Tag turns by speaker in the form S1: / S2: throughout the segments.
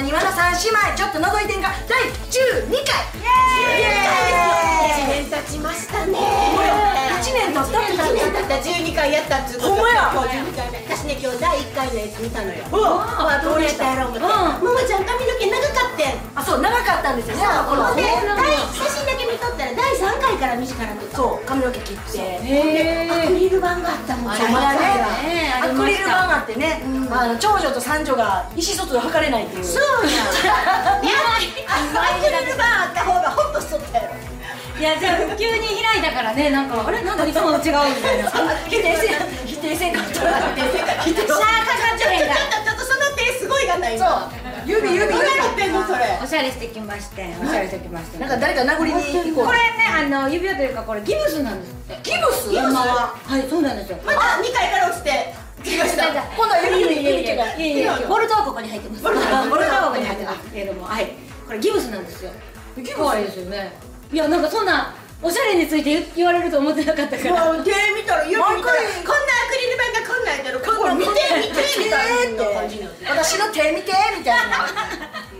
S1: 前ちょっと覗いてんが第
S2: 1
S1: 12回イエーイ
S2: 年経ちましたね
S1: ほら一年経ったって
S2: 1年経った12回やったっつうこと
S1: ほんまや
S2: そう12回目私ね今日第1回のやつ見たのよ
S1: う
S2: あ
S1: わ
S2: どうやったやろう思って
S1: うん
S2: ママちゃん髪の毛長かってん
S1: あそう長かったんですよねあの
S2: ほ
S1: 頃
S2: んで
S1: ね
S2: 第写真だけ見とったら第3回から短くなってた
S1: そう髪の毛切って
S3: へ
S2: アクリル板があったもん
S1: そうまだね
S3: ねあ
S1: ア
S3: り
S1: ク
S3: ま
S1: リ
S3: し
S1: ル
S3: た
S1: 板があってね、あの長女と三女が意思疎通を図れないっていう
S2: そうやんいやアクリル板あった方がホッとしとったやろ
S3: いやじゃあ急に開いたからねなんかあれなんかいつもと違うみたいな
S1: 否定せん否定せんか った否定
S2: シャーかかっちゃってんちょっとその手すごいがないそう
S1: 指指指
S2: どうなってんのそれ
S3: おしゃれしてきましておしゃれしてきまして
S1: なんか誰か殴りに行こう
S3: これねあの指輪というかこれギブスなんですって
S1: ギブス
S2: ギブス
S1: 今は
S3: はいそうなんですよ
S2: また2回から落ちて怪我した
S1: 今度は指指指
S3: いやいやいやボルトはここに入ってますボルトはここに入ってますけれどもはいこれギブスなんですよ
S1: ギブス
S3: 怖いですよねいやなんかそんなおしゃれについて言言われると思ってなかったから
S2: もう手見たらよく見たらこん
S1: 毎回
S2: なアクリル板がこんなんやったらこれ見て見てみたいな感じなんで
S1: 私の手見てみたい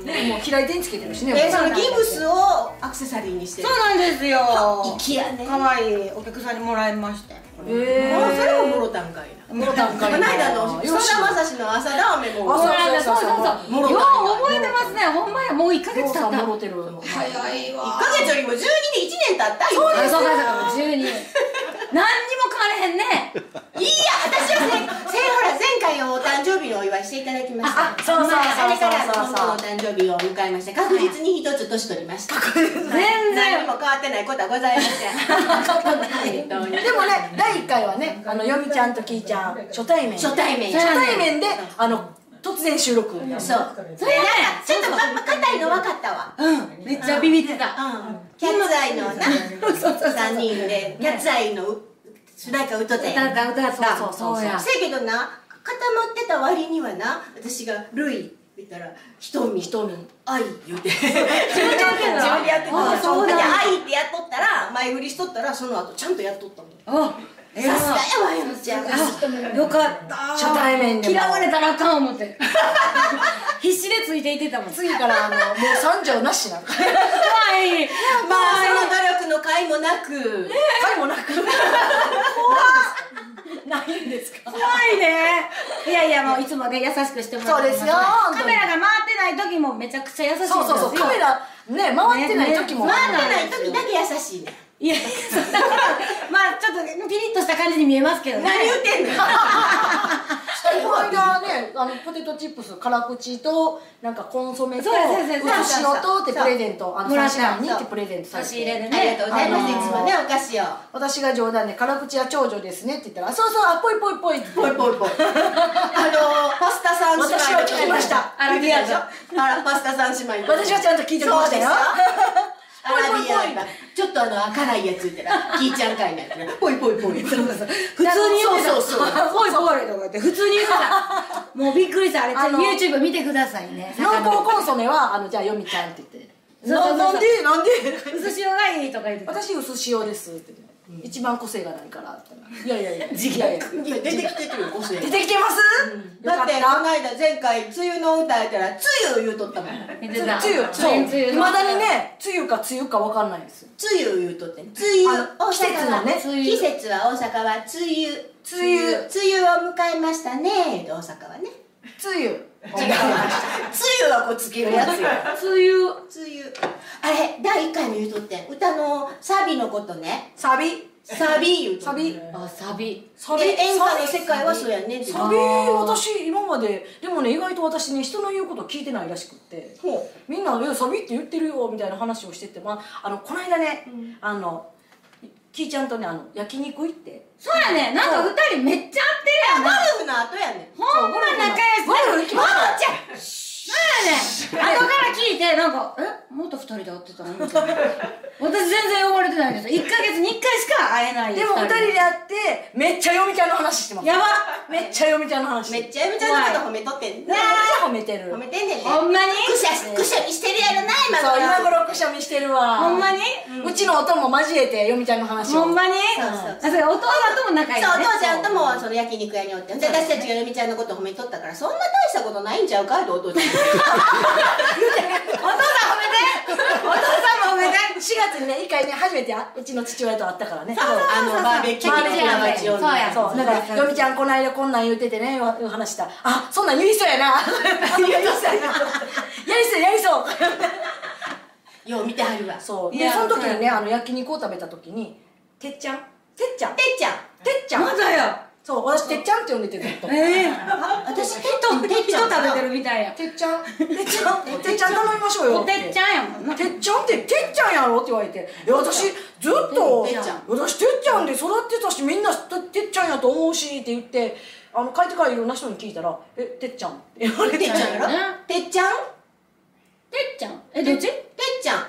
S1: なねもう左手につけてるしね
S2: えそのギブスをアクセサリーにしてる
S3: そうなんですよ
S2: 粋やね
S3: 可愛いお客さんにもらいまして
S1: え
S2: もうそれもも
S1: も
S2: ろたんかいな
S1: ろたん
S2: こ
S1: かい
S2: の間の
S1: よ
S2: 久
S1: し
S2: 田まさしの朝ラーメンも
S1: あ
S3: そう
S1: う
S3: なんだそうそうそう
S2: もろたん
S3: よ
S2: や
S3: う覚えてますねほんまやもう1ヶ月経った
S1: さんもろてるはい
S3: いわ
S2: 1ヶ月よりも12で1年経った
S3: そう
S2: い
S3: か
S2: い
S3: そう
S2: や
S3: かそうか12何にも変われへんね
S2: 私はねせほら前回のお誕生日のお祝いしていただきました
S1: あそうそうそうそう
S2: あれから
S1: そう
S2: 本当のお誕生日を迎えまして確実に一つ年取りました
S3: 全
S2: 何
S3: 然
S2: も変わってないことはございま せん本当に
S1: でもね第1回はねあのよみちゃんときいちゃん初対面
S2: 初対面
S1: 初対面であの突然収録
S2: そうそれなんかちょっとま硬いの分かったわ
S3: うんめっちゃビビってた
S2: うんキャッツアイのな3人でキャッツアイの主題歌歌って
S3: 歌歌歌った
S1: そうそうそう
S3: や
S2: せやけどな固まってた割にはな私が「ルイ」言ったら「瞳」
S1: 瞳
S2: 「愛」言うて
S3: 自分でやってんの
S2: 自分でやってた
S3: あそう
S2: で
S3: だ
S2: 愛」ってやっとったら前振りしとったらその後ちゃんとやっとったもんさ
S3: あええ
S2: すがやわよちゃん
S3: あよかった
S1: 初対面でも
S3: 嫌われたらあかん思って 必死でついていってたもん
S1: 次からあのもう三条なしなの回
S3: 怖い
S2: まあその努力の甲斐もなく
S1: もなく ないんですか
S3: 怖いねいやいやもういつもね優しくしてもらってます
S1: そうですよ本当に
S3: カメラが回ってない時もめちゃくちゃ優しいんですよ
S1: そうそうそうカメラね回ってない時も
S3: ねね
S2: 会ってない時だけ優しいね
S3: いやいやそんなことまあちょっとピリッとした感じに見えますけどね
S2: 何言ってんの
S1: この間ねあのポテトチップス辛口となんかコンソメと
S3: そうですそうです
S1: うしのとってプレゼントあの
S3: もら
S1: 三
S3: った
S1: 品にってプレゼントされ
S3: 差
S1: て
S3: し入れで
S2: あり
S3: ね
S2: がとうございます、
S1: あのー
S2: いつもねお菓子を
S1: 私が冗談で「辛口は長女ですね」って言ったら「そうそうあぽいぽいぽい」
S2: ぽいぽいぽいあのーパスタさん姉妹
S1: 私は聞きました
S2: アラビアージョあらパスタさん姉妹
S1: 私はちゃんと聞いてきましたよ
S2: そう
S1: ぽい
S2: で
S1: ぽいぽい
S2: すよアラビアージョちょっとあの辛いやつ言ったらキーちゃんかいなやつねぽいぽいぽいそう
S3: 普
S2: そう
S3: 通に言ってた
S2: そうそうそう
S3: 怖い怖いとか言って普通に言って たもうびっくりしたあれちょ
S1: あの
S3: YouTube 見てください ね
S1: 濃厚コンソメはあのじゃあよみちゃんって言って「
S3: そうそうそう
S1: ななん でなんで?」
S3: 薄塩がいいとか言ってた
S1: 私薄塩ですって言って、一番個性がないからっていやいやいやいやいや
S2: いや出てきてるよ個性
S1: 出てきてます、よ
S2: だ
S1: か
S2: ってこの間前回梅雨の歌やったら「梅雨」言うとったもん梅
S3: 見
S1: 梅
S3: てた
S1: 雨そう
S3: 全然梅
S1: い
S3: 雨
S1: まだにね梅雨か梅雨か分かんないんですよ
S2: 雨言うとって梅雨
S1: あの
S2: 大
S1: 季節
S2: 阪
S1: の
S2: は
S1: ね
S3: 梅雨
S2: 季節は大阪は梅雨
S1: 梅雨
S2: 梅雨を迎えましたね大阪はね
S1: 梅雨
S2: 違うつゆはこうつ けるやつよ
S3: 梅雨
S2: つゆあれ第1回の言うとって歌のサビのことね
S1: サビ
S2: サビ言うと
S1: サビ
S3: あサビ
S1: サビ
S2: で演歌の世界はそうやねんって
S1: サビ私今まででもね意外と私ね人の言うこと聞いてないらしくって
S2: ほう
S1: みんな「えサビって言ってるよ」みたいな話をしてて、まあ、あのこの間ね、あのきーちゃんとねあの焼肉行って
S3: そうやねなんか二人めっちゃ合ってるやん
S2: ゴ
S3: な
S2: ルフの後やねん
S3: ほんま仲良し
S1: ゴルフ行きましょう
S3: ももちゃんそうやねん後から聞いてなんかえもっと二人で会ってたのみたいな私全然呼ばれてないんですよ1ヶ月に1回しか会えない
S1: でも二人で会ってめっちゃよみちゃんの話してます
S3: やば
S1: めっちゃよみちゃんの話
S2: めっちゃやめちゃんのこと褒めとってんね
S1: めっちゃ褒めてる
S2: 褒めてんねんね
S3: ほんまに
S2: くしゃしくしゃみしてるやろな今
S1: そう今
S2: 頃
S1: 頃くしゃみしてるわ
S3: ほんまに
S1: うちのおとんも交えてよみちゃんの話を
S3: ほんまに
S2: そうそう
S3: あそれお父さんとも仲いい
S2: そうお
S3: ね
S2: 父ちゃんともその焼肉屋におってで私たちがよみちゃんのこと褒めとったからそんな大したことないんちゃうかいとお父ちゃん言うて
S1: 月にね一回ね初めてあうちの父親と会ったからね
S2: あのバーベキュー
S1: バーベキ
S2: の
S1: ュー
S2: バーベキュー
S3: そうや
S1: そうだからよみちゃんこの間こんなん言うててねいう話したあそんなん言いそうやな言いそうやなやりそうやりそう
S2: よう見てはるわて
S1: そう
S3: い
S1: で
S3: や
S1: その時にねあの焼肉を食べた時にてっちゃんてっちゃんて
S2: っちゃん
S1: っちゃん
S3: まだよ
S1: そう私てっちゃんって呼んでてずっと
S3: ええ私手 と手と食べてるみたいや
S1: てっちゃんてっちゃんてっちゃん頼みましょうよ
S3: てっち
S1: ん
S3: ゃんやもんな
S1: てっちゃんっててっちゃんやろって言われて「いや私ずっと
S2: てっちゃん
S1: 私てっちゃんで育ってたしみんなててっちゃんやと思うし」って言ってあの帰ってからいろんな人に聞いたら「えてっちゃん」って言われ
S2: ってちゃんやろてっちゃん
S3: てっちゃんえどっちて
S2: てっちゃん
S3: っ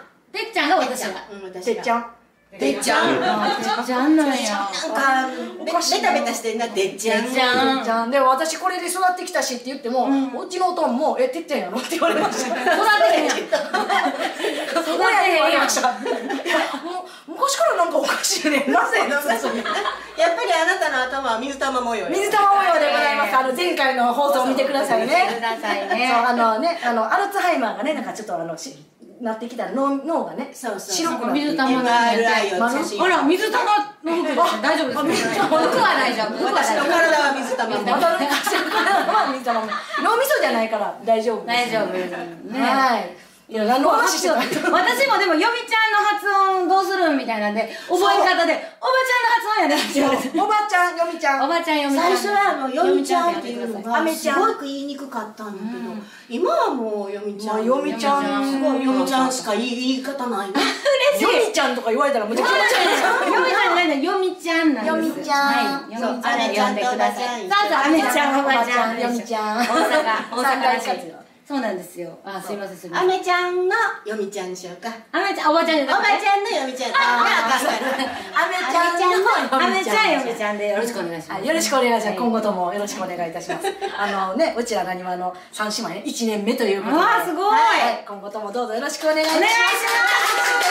S3: ちゃんが私だ
S2: うん私
S1: てっちゃ
S2: ん
S1: ん
S2: てっちゃんなんか
S3: あてっちゃんなんや
S1: お
S2: ベ
S1: かしいな
S2: タベタしてんなてっちゃん
S3: てっち ゃん
S1: てっちゃんで私これで育ってきたしって言っても、うちのおとんも「えてっちゃんやろ?」って言われ ました
S3: 育てへんやん
S1: 親に言われました。もう昔からなんかおかしいね。なぜ
S2: やっぱりあなたの頭は水玉模様や
S1: 水玉模様でございます。あの前回の放送を見てください
S3: 見てく
S1: ね。
S3: ださい
S1: そう
S3: ね
S1: あのねあのアルツハイマーがねなんかちょっとあのしなってきたら脳脳がね
S2: そうそう
S1: 白くなって
S3: 水
S1: きて
S3: 玉
S2: MRI を写真
S3: あら水玉の服です大丈夫ですよ僕は大丈夫僕は
S2: 私
S3: 大丈
S2: の
S3: 夫
S2: 体は水玉模
S1: ま
S2: 様
S1: たね白くなるのは水玉模様脳みそじゃないから大丈夫です
S3: 大丈夫ですね
S1: はい。いや何の話してた
S3: 私もでも、よみちゃんの発音どうするんみたいなんで、覚え方で、おばちゃんの発音やでって言われて。
S1: おばちゃんよみちゃん。
S3: おばちゃん、よみちゃん。
S2: 最初はもう「よみちゃん」っていうの
S1: あ
S2: が
S1: めち
S2: す
S1: ゃん
S2: ごく言いにくかったんだけど、今はもう「よみちゃ
S1: まあ
S2: ん」
S1: よみちゃ
S3: よみちゃん
S1: ん
S2: すごいよみちゃんしか言い言い方ないな
S1: よみちゃんとか言われたらむちゃくちゃ
S3: よみちゃんなんだよみちゃんなんです
S1: よみちゃん
S3: はい、よみちゃんで呼んでください
S2: そう
S3: さあさああめちゃんおばちゃん
S1: よみちゃん
S3: 大阪大阪らしい
S1: 三大活用
S3: そうなんですよあすいませんすいま
S2: あ
S3: せん
S2: めちゃんのよみちゃんにしようか
S3: あめちゃんおばちゃんじゃ
S2: お
S3: な
S2: ば
S3: くて
S2: ちゃんのよみちゃんああかんない
S1: あめちゃんの
S3: あめちゃんよみちゃんでよろしくお願いしま
S1: は
S3: す
S1: いよろしくお願いします。
S3: はい
S1: 今後ともよろしくお願いいたします。あのね、うちらなにわの三姉妹ね、一年目ということで。
S3: わあすごい
S1: は今後ともどうぞよろしくお願いします。
S3: お願いし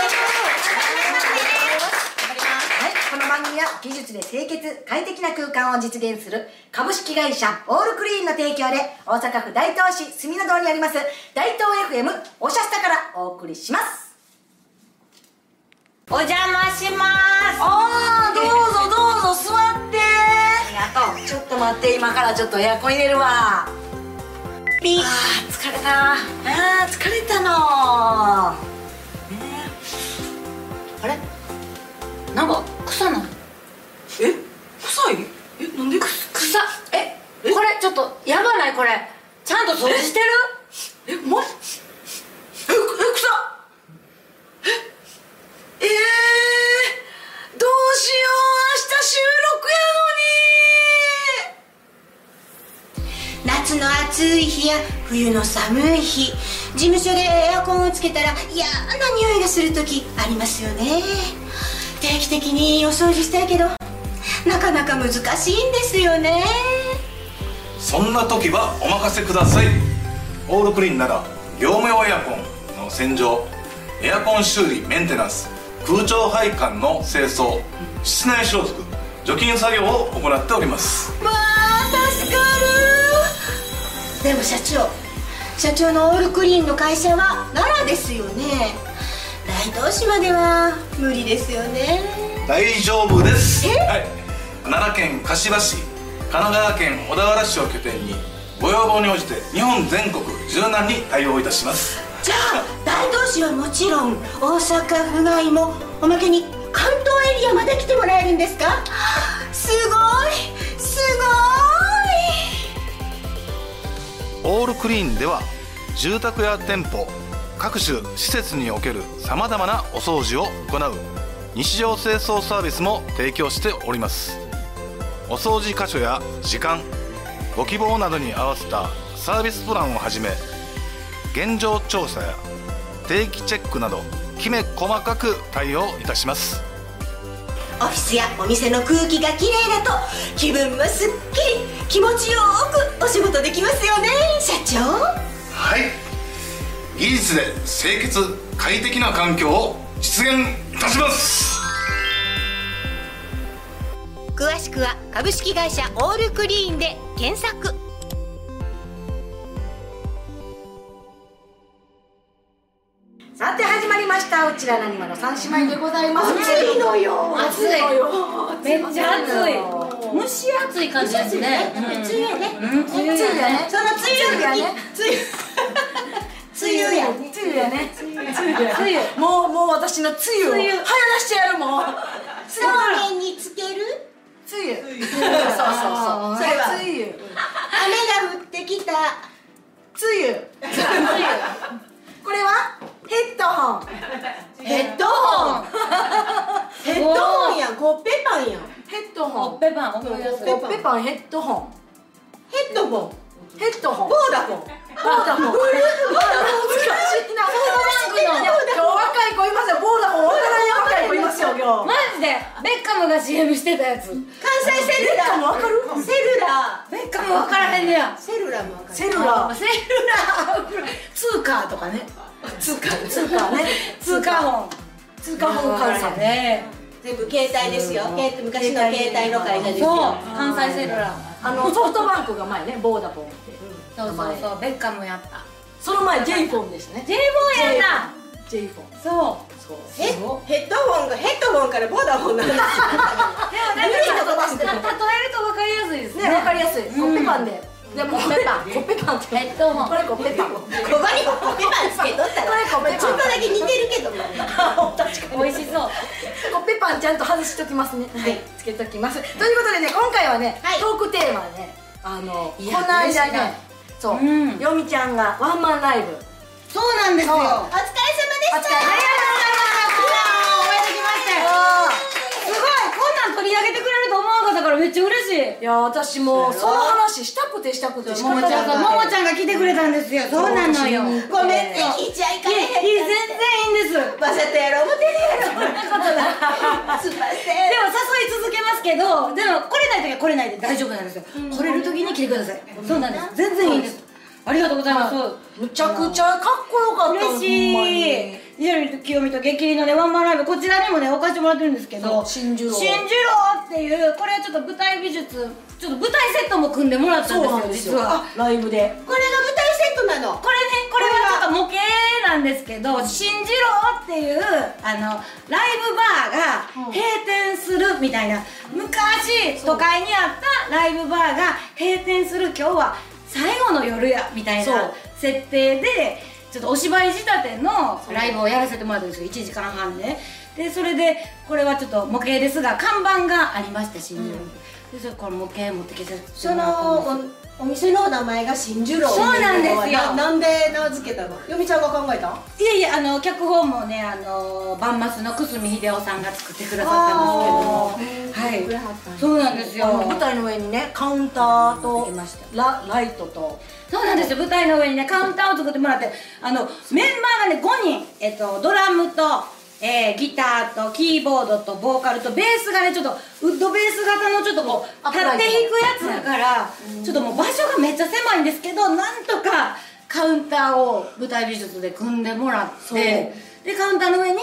S1: はい、この番組は技術で清潔、快適な空間を実現する株式会社オールクリーンの提供で大阪府大東市住の堂にあります大東 FM おしゃスタからお送りします。
S3: お邪魔します
S1: ああ、どうぞどうぞ座って
S3: ありがとう
S1: ちょっと待って今からちょっとエアコン入れるわあ
S2: ピー
S1: ー疲れたあー疲れたのね
S3: あれなんか臭ない
S1: え臭いえなんで
S3: 臭っえこれちょっとやばないこれちゃんと掃除してる
S1: えまええ臭ええー、どうしよう明日収録やのに
S2: 夏の暑い日や冬の寒い日事務所でエアコンをつけたら嫌な匂いがする時ありますよね定期的にお掃除したいけどなかなか難しいんですよね
S4: そんな時はお任せくださいオールクリーンなら業務用エアコンの洗浄エアコン修理メンテナンス空調配管の清掃室内消毒除菌作業を行っております
S2: わあ助かるでも社長社長のオールクリーンの会社は奈良ですよね大東市までは無理ですよね
S4: 大丈夫です、
S2: え
S4: はい、奈良県柏市神奈川県小田原市を拠点にご要望に応じて日本全国柔軟に対応いたします
S2: じゃあ大東市はもちろん大阪府外もおまけに関東エリアまで来てもらえるんですかすごいすご
S4: オールクリーンでは住宅や店舗各種施設におけるさまざまなお掃除を行う日常清掃サービスも提供しておりますお掃除箇所や時間ご希望などに合わせたサービスプランをはじめ現状調査や定期チェックなどきめ細かく対応いたします
S2: いオフィスやお店の空気がきれいだと気分もすっきり気持ちよくお仕事できますよね社長
S4: はい技術で清潔快適な環境を実現いたします
S2: 詳しくは株式会社オールクリーンで検索
S1: さて始まりまましたうちらなにわの三姉妹でございます
S2: 暑いのよ
S3: 暑い
S2: のよ
S3: めっちゃ暑い蒸し暑い感じですね
S2: 梅雨やね
S3: うん
S1: 梅雨やね
S2: その梅雨や
S1: やね
S2: ね梅雨やね
S1: 梅雨やね
S3: 梅雨
S1: もうもう私の梅雨を
S3: 梅雨
S1: 流行らしてやるもん梅
S2: そうめんにつける
S1: 雨そうそうそう
S2: それは
S1: 梅雨
S2: 雨が降ってきた
S1: 梅雨これはヘッドホン
S2: ヘッドホンヘッドホンやんコッペパンやん
S1: ヘッド
S3: コッ
S1: ホン
S3: ペパン思い出す
S1: コッペパンヘッドホン
S2: ヘッドホン
S1: ヘッドホン
S2: ボーダフォン
S1: ボーダフォンボーダフォン難しいな
S3: ボーダフォン
S1: 今日若い子いますよボーダフォンわからんよ若い子いますよ今
S3: マジでベッカムが CM してたやつ
S2: 関西セルラー
S1: わかる
S2: セルラ
S3: ベッカム分からへんねや
S2: ーセルラーもわかる
S1: セルラー
S3: セル
S1: 通貨とかね通貨通貨ね
S3: 通貨本
S1: 通貨本換算ね
S3: ね
S2: 全部携帯ですよ携帯昔の携帯の会社です
S3: そう
S2: よ
S3: 関西セルラー
S1: あのソフトバンクが前ねボーダフォンって
S3: そうそうそうベッカムやった
S1: その前 J フォンでしたね
S3: J ボーンやっ
S1: J フォン
S3: たそう
S1: そう
S2: えヘッドホンがヘッドホンからボーダフォンなんですよ
S3: でもなん
S1: 無理な
S3: か
S1: ことばっか
S3: 例
S1: り
S3: えると分かりやすいです
S1: ねわかりやすい
S3: ん
S1: コッペパンででもコッペパンコッペパンって
S3: ヘッドホン
S1: これコッペパンこれ
S2: ここにもコッペパンつけとったら
S1: コッ
S2: ち
S1: ペ
S2: ょっとだ
S1: パ
S2: け似てるけども
S3: 美味
S1: ン確かに
S3: しそう
S1: コッペパンちゃんと外しときますね。
S2: はい
S1: つけときます。ということでね、今回はね、
S2: はい
S1: トークテーマね、あの、こ
S2: いや
S1: の間
S2: 嬉しいな
S1: ね、そう、
S3: うん
S1: よみちゃんがワンマンライブ。
S3: そうなんですよ
S2: お疲れ様でした
S1: お疲れ様で
S3: すごいこんなん取り上げてくれると思わなかったからめっちゃ嬉しい
S1: いやー、私もう
S2: す
S1: そ
S2: ご
S1: の
S2: い
S1: 話したくてしたくて仕
S3: も
S1: 方
S3: も
S1: な
S3: ちゃ
S1: い
S3: んがももちゃんが来てくれたんですよそうなのよいいいい
S2: ごめんね聞いちゃいかれ
S3: 全然いいんで
S2: へん
S3: すでも
S2: わざとやろ思ってるやろそんなことないすいません
S3: 誘い続けますけどでも来れない時は来れないで大丈夫なんですよ来れる時に来てくださいそうなんです全然いいんですありがとうございます
S1: むちゃくちゃかっこよかった
S3: 嬉し
S1: ほんまに
S3: いリアルと清美と激励のねワンマンライブこちらにもね置かせてもらってるんですけ
S1: そ
S3: ど
S1: う新十郎
S3: 新十郎っていうこれはちょっと舞台美術ちょっと舞台セットも組んでもらったん
S1: そ
S3: で
S1: う
S3: す
S1: な
S3: よ
S1: んです
S3: 実
S1: よ
S3: は。
S1: ライブ
S2: こ
S1: で
S2: れが舞台セットなの
S3: これねこれはちょっと模型なんですけど新次郎っていうあのライブバーが閉店するみたいな昔都会にあったライブバーが閉店する今日は最後の夜やみたい
S1: そう
S3: な設定でちょっとお芝居仕立てのライブをやらせてもらったんですよ1時間半ででそれでこれはちょっと模型ですが看板がありまして新次郎、でそれこれ模型持ってきて
S2: そのおお店の名前が新十郎
S3: そうなんですよ
S2: ななんで名付けたのよみちゃんが考えたあ
S3: いやいやあの脚本もねあのバンマスの久住秀夫さんが作ってくださったんですけどもはいそうなんですよ
S1: あの舞台の上にねカウンターと
S3: 出てました
S1: ラライトと
S3: そうなんですよ舞台の上にねカウンターを作ってもらってあのメンバーがね5人、えっと、ドラムと、えーギターとキーボードとボーカルとベースがねちょっとウッドベース型のちょっとこ
S1: アッ
S3: う
S1: プ
S3: 立
S1: ラ
S3: っ
S1: イト
S3: て弾くやつだからちょっともう場所がめっちゃ狭いんですけどなんとかカウンターを舞台美術で組んでもらって
S1: う
S3: でカウンターの上に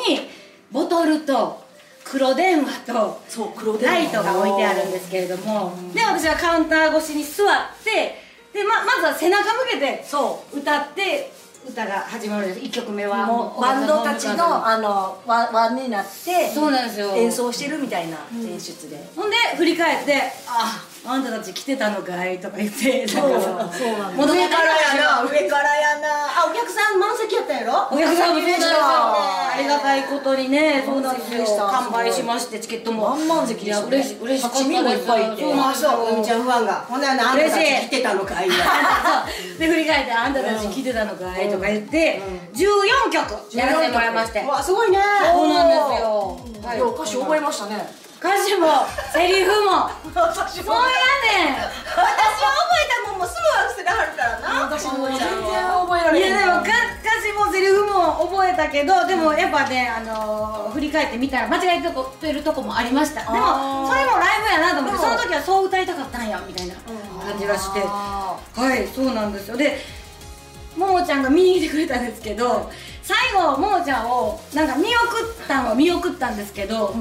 S3: ボトルと黒電話と
S1: そう黒電話
S3: ライトが置いてあるんですけれどもで私はカウンター越しに座ってでままずは背中向けて
S1: そ
S3: 歌って歌が始まるんです1曲目は
S1: もうバンドたちの
S3: ほ
S1: あの輪輪になって
S3: そうなんですよ
S1: 演奏してるみたいな演出で、
S3: んで振り返って「ああんたたち来てたのかい」とか言って
S1: そう
S3: なん
S1: そう
S3: か
S1: なんですよ
S3: 戻ってから
S2: な上からやなあお客さん満席やったやろ
S3: お客さんも来て
S1: そうで
S3: た
S1: した
S3: ありがたいことにねそうなんです
S1: で
S3: よ
S1: した
S3: 完売しましてチケットも
S1: 万々席でしたね
S3: いや嬉し嬉しかったです
S1: 八人もいっぱいいて
S3: そうなん
S2: あ
S3: ですよ
S2: そうよみちゃんファンがほんならあんたたち来てた のかいな
S3: で振り返って「あんたたち聞いてたのかい?」とか言って14曲やらせてもらいまして
S2: うわすごいね
S3: そうなんですよはい
S1: いや歌詞覚えましたね
S3: 歌詞もセリフも そ
S1: 私
S3: うや
S2: 私は覚えたもんもすぐ忘れはるからな
S1: 私も
S2: も
S1: う
S2: も
S1: 全
S2: ちゃん
S1: 然
S2: は
S1: 覚え
S3: ね
S1: ら
S3: ん
S1: れ
S3: い
S1: へん
S3: やでも歌歌詞もセリフも覚えたけどでもやっぱねあのー振り返ってみたら間違えてるとこてるとこもありましたでも
S1: あー
S3: それもライブやなと思って
S1: で
S3: そ
S1: も
S3: の時はそう歌いたかったんやみたいな感じがして
S1: あ
S3: はいそうなんですよでももちゃんが見に来てくれたんですけど最後ももちゃんをなんか見送ったんは見送ったんですけど、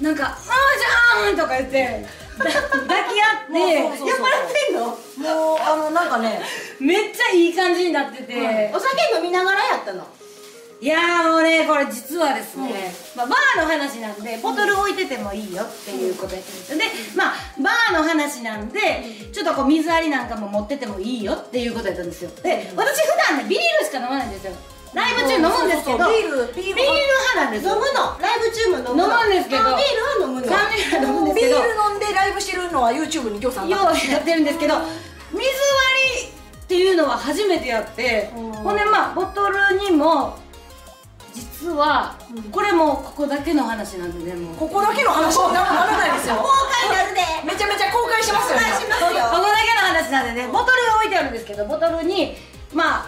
S3: なんか「ももちゃん!」とか言ってだ抱き合って
S1: も うそうそうそう
S3: 酔っ払ってんの
S1: ーもうあのなんかね
S3: めっちゃいい感じになってて、
S2: お酒飲みながらやったの
S3: いやー俺これ実はですね、まあ、バーの話なんでボトル置いててもいいよっていうことやってるんですよでまあバーの話なんでちょっとこう水ありなんかも持っててもいいよっていうことやったんですよで私普段ねビールしか飲まないんですよライブ中飲むんですけど
S2: そうそうビールビー
S3: ビー
S2: ル
S3: ル派なんです
S2: 飲
S3: よ
S2: むのライブ中も飲むの
S3: 飲むんですけど
S2: 缶ビールは飲むの
S3: 缶ビールは飲むんですけど
S1: ビール飲んでライブしてるのは YouTube にぎょうさん上がっ
S3: ようやってるんですけど水割りっていうのは初めてやってほんでまあボトルにも実はこれもここだけの話なんでねもうこ
S1: ここだけの話にならない ですよ
S2: 後悔になるで
S1: めちゃめちゃ公開しますよね
S2: 後悔しま
S3: こだ
S2: す
S3: けの
S2: よ
S3: 話なんでねボトルが置いてあるんですけどボトルにまあ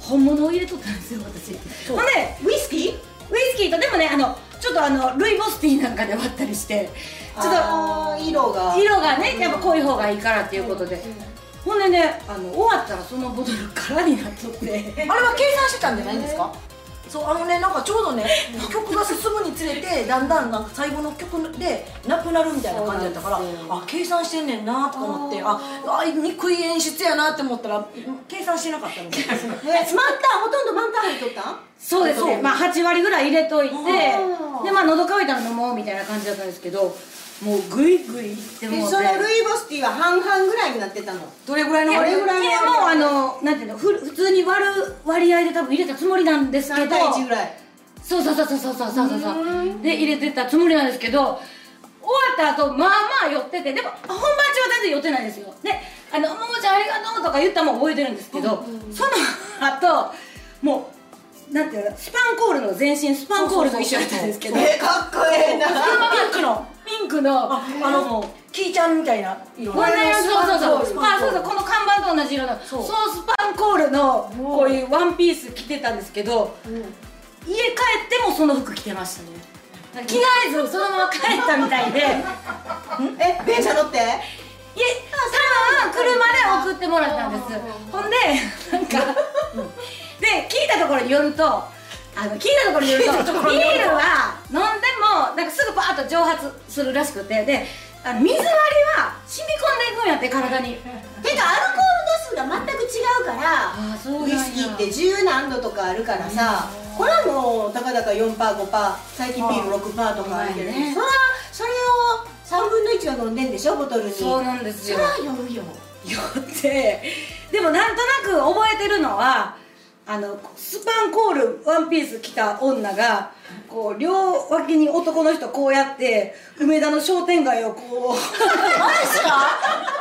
S3: 本物を入れとったんですよ私ほんで
S2: ウイスキー
S3: ウイスキーとでもねあのちょっとあのルイボスティーなんかで割ったりしてちょっと
S2: あー色が
S3: 色がねやっぱ濃い方がいいからっていうことで、ほんでねあの終わったらそのボトル空になっとって
S1: あれは計算してたんじゃないんですかそうあのねなんかちょ うどね曲が進むにつれてだんだんなんか最後の曲でなくなるみたいな感じだったからあ計算してんねんなとか思ってああ憎い演出やなって思ったら計算してなかったみたいな
S2: え満タンほとんど満タン入っとったん
S3: そうですねまあ8割ぐらい入れといて
S2: ー
S3: でまあ喉乾いたら飲もうみたいな感じだったんですけどもうグイグイいって
S2: で
S3: もうて
S2: そのルイボスティーは半々ぐらいになってたの
S1: どれぐらいの
S2: どれぐらい
S3: いやもうあのなんていうのふ普通に割る割合で多分入れたつもりなんですけ
S2: 3
S3: ど
S2: 対1ぐらい
S3: そうそうそうそうそうそうそうそうで入れてたつもりなんですけど終わった後まあまあ寄っててでも本番中は全然寄ってないですよで「あのももちゃんありがとう」とか言ったのも覚えてるんですけど、その後もうなんていうのスパンコールの全身スパンコールと一緒だったんですけど
S2: えかっこええな
S1: ピンクの
S3: ピンクのあ
S1: あ
S3: のもう
S1: のキーちゃんみたいな色
S3: こんな色そうそう
S1: ス
S3: そう
S1: パ
S3: あ
S1: ン
S3: そ
S1: コ
S3: う
S1: ール
S3: そうこの看板と同じ色のそうのスパンコールのこういうワンピース着てたんですけど、家帰ってもその服着てましたね着替えずそのまま帰ったみ たいでいえ
S2: え電車乗って
S3: 多分車で送ってもらったんですほんでなんかで聞いたところによるとあの聞いたところによる と
S1: 聞いたところ
S3: ビ
S1: によると
S3: ールは飲んでもなんかすぐパーッと蒸発するらしくてであの水割りは染み込んでいくんやって体に
S2: てかアルコール度数が全く違うから
S3: あそうなん
S2: ウイ
S3: や
S2: スキーって十何度とかあるからさこれはもうたかだか4パー5パー最近ビール6パーとかあるけど
S3: うまいね
S2: そらそれを3分の1は飲んでんでしょボトルに
S3: そうなんです
S2: そ
S3: よ
S2: ら酔うよ
S3: 酔ってでもなんとなく覚えてるのはあのスパンコールワンピース着た女がこう両脇に男の人こうやって梅田の商店街をこう
S1: マジっすか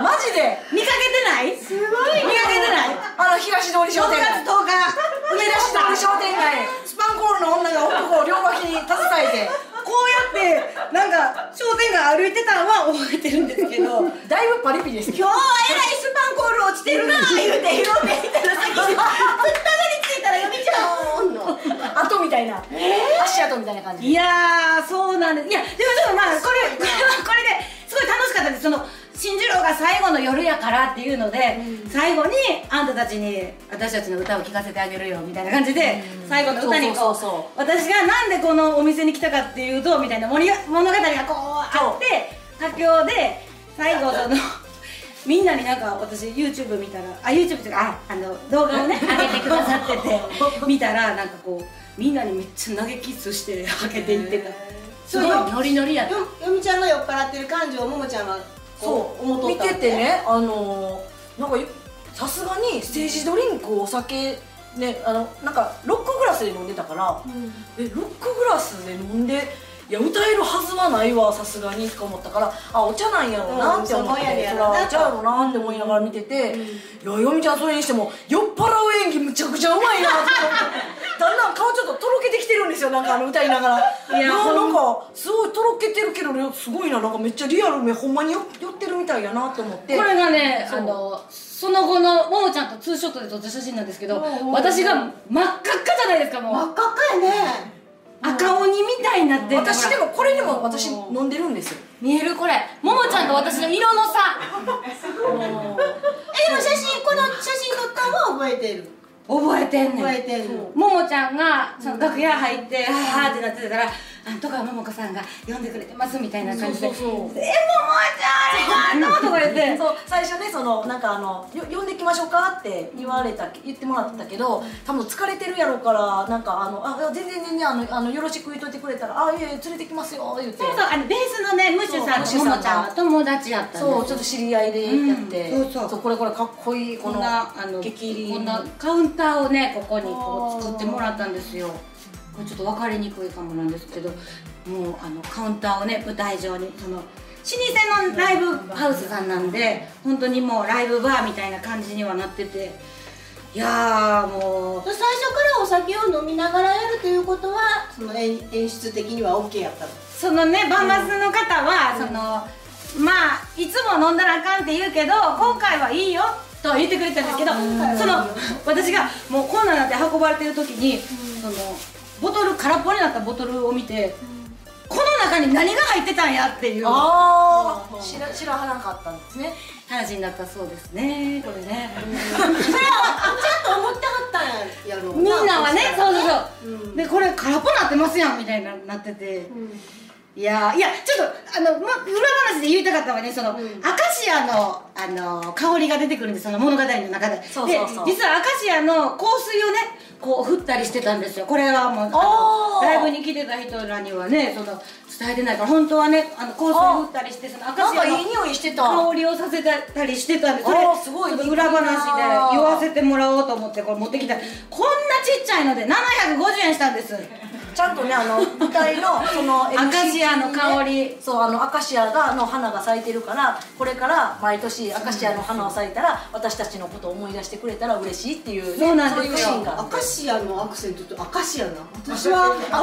S1: マジで
S3: 見かけてないすごい見かけてない
S1: あの東通り商
S3: 6
S1: 店街
S3: 月10日
S1: 梅田市通り商店街スパンコールの女が男を両脇に携えて
S3: こうやってなんか商店街歩いてたのは覚えてるんですけど
S1: だいぶパリピ ですね
S2: 今日はえらいスパンコール落ちてるな言うて色目いたら先にぶったがりついたら読みちゃおうの
S1: 跡みたいな、足跡みたいな感じ
S3: いやーそうなんですいやでもちょっとまあこれこれはこれですごい楽しかったですその新次郎が最後の夜やからっていうので、最後にあんたたちに私たちの歌を聴かせてあげるよみたいな感じで、最後の歌にこう
S1: そうそうそうそ
S3: 私がなんでこのお店に来たかっていうとみたいな物語がこうあって佳境で最後そ のみんなになんか私 YouTube 見たらあ YouTube とかああの動画を ね上げてくださってて見たらなんかこうみんなにめっちゃ投げキッスしてはけていってたすごいノリノリやった
S2: よよみちゃんが酔っ払ってる感情をももちゃんはこ
S1: そう
S2: う思っとっ
S1: 見
S2: たん
S1: ててねあのー、なんかよさすがにステージドリンクをお酒ねあのなんかロックグラスで飲んでたから、えロックグラスで飲んでいや歌えるはずはないわさすがにとか思ったからあお茶なんやろうなって思って、
S2: うんそうぼんやりや
S1: そ
S2: ろ
S1: ら
S2: な
S1: お茶やろうなって思いながら見てて、いやよみちゃんそれにしても酔っ払う演技むちゃくちゃうまいなって思 ってだんだん顔ちょっととろけてきてるんですよなんかあの歌いながら
S3: いや
S1: な
S3: ほん
S1: なんかすごいとろけてるけどねすごいななんかめっちゃリアルめほんまによ寄ってるみたいやなと思って
S3: これがね
S1: そう
S3: あのその後のももちゃんとツーショットで撮った写真なんですけど私が真っ赤っかじゃないですかも
S2: 真
S3: う
S2: っ赤っかやね
S3: 赤鬼みたいになってる
S1: 私でもこれでも私飲んでるんですよ
S3: 見えるこれももちゃんと私の色の差
S2: えでも写真この写真撮ったんは覚えてる
S3: 覚えてんねん
S2: 覚えてるの
S3: ももちゃんがその楽屋入って、はあはあってなってたから「あなんとか桃子さんが呼んでくれてますみたいな感じで「
S5: そうそう
S3: え
S5: そう
S3: ももちゃんありがとう」とか言って
S1: そう最初ねそのなんかあのよ呼んできましょうかって言われた言ってもらったけど多分疲れてるやろうからなんかあのあ全然全然あのあのよろしく言っといてくれたらあいやいや連れてきますよ言って
S3: そうそうあのベースのねムッシュさん
S1: そ
S3: と
S1: う
S3: ももちゃんは友達やったんですよ
S1: そうちょっと知り合いでやって、
S3: うんそうそう
S1: これこれかっこいいこ
S3: こ
S1: の
S3: んなあの
S1: 激励
S3: こんなカウンターをねここにこう作ってもらったんですよこれちょっと分かりにくいかもなんですけどもうあのカウンターをね舞台上にその老舗のライブハウスさんなんで本当にもうライブバーみたいな感じにはなってていやーもう
S2: 最初からお酒を飲みながらやるということはその演演出的には OK やったの
S3: そのねバンマスの方は、そのまあいつも飲んだらあかんって言うけど今回はいいよと言ってくれたんですけどその私がもうこんなんなって運ばれてる時に、そのボトル空っぽになったボトルを見て、この中に何が入ってたんやっていう
S1: ああ知ら知らなかったんですね
S3: 話になったそうですねこれね、
S2: ちゃんと思ってはったんやろう
S3: みんなはねそうそうそう、
S2: うん
S3: でこれ空っぽなってますやんみたいななってて、いやーいやちょっとあの、ま、裏話で言いたかったのはねその、アカシアのあの香りが出てくるんですその物語の中で
S1: そうそうそう
S3: で実はアカシアの香水をねこう振ったりしてたんですよこれはもうあ
S1: おー
S3: のライブに来てた人らにはねその伝えてないから本当はねあの香水を振ったりしてそのア
S1: な
S3: カ
S1: ん
S3: シア
S1: か
S3: の
S1: いい匂いしてた
S3: 香りをさせたりしてたんでそれ
S1: あーすごい
S3: ちょっと裏話で言わせてもらおうと思ってこれ持ってきたこんなちっちゃいので750円したんです
S1: ちゃんとねあの舞台のその
S3: アカシアの香り
S1: そうあのアカシアがの花が咲いてるからこれから毎年アカシアの花を咲いたら私たちのことを思い出してくれたら嬉しいっていう、ね、
S3: そうなんですよ
S1: いうシーンが
S2: アカシアのアクセントってアカシアな私
S1: アカシア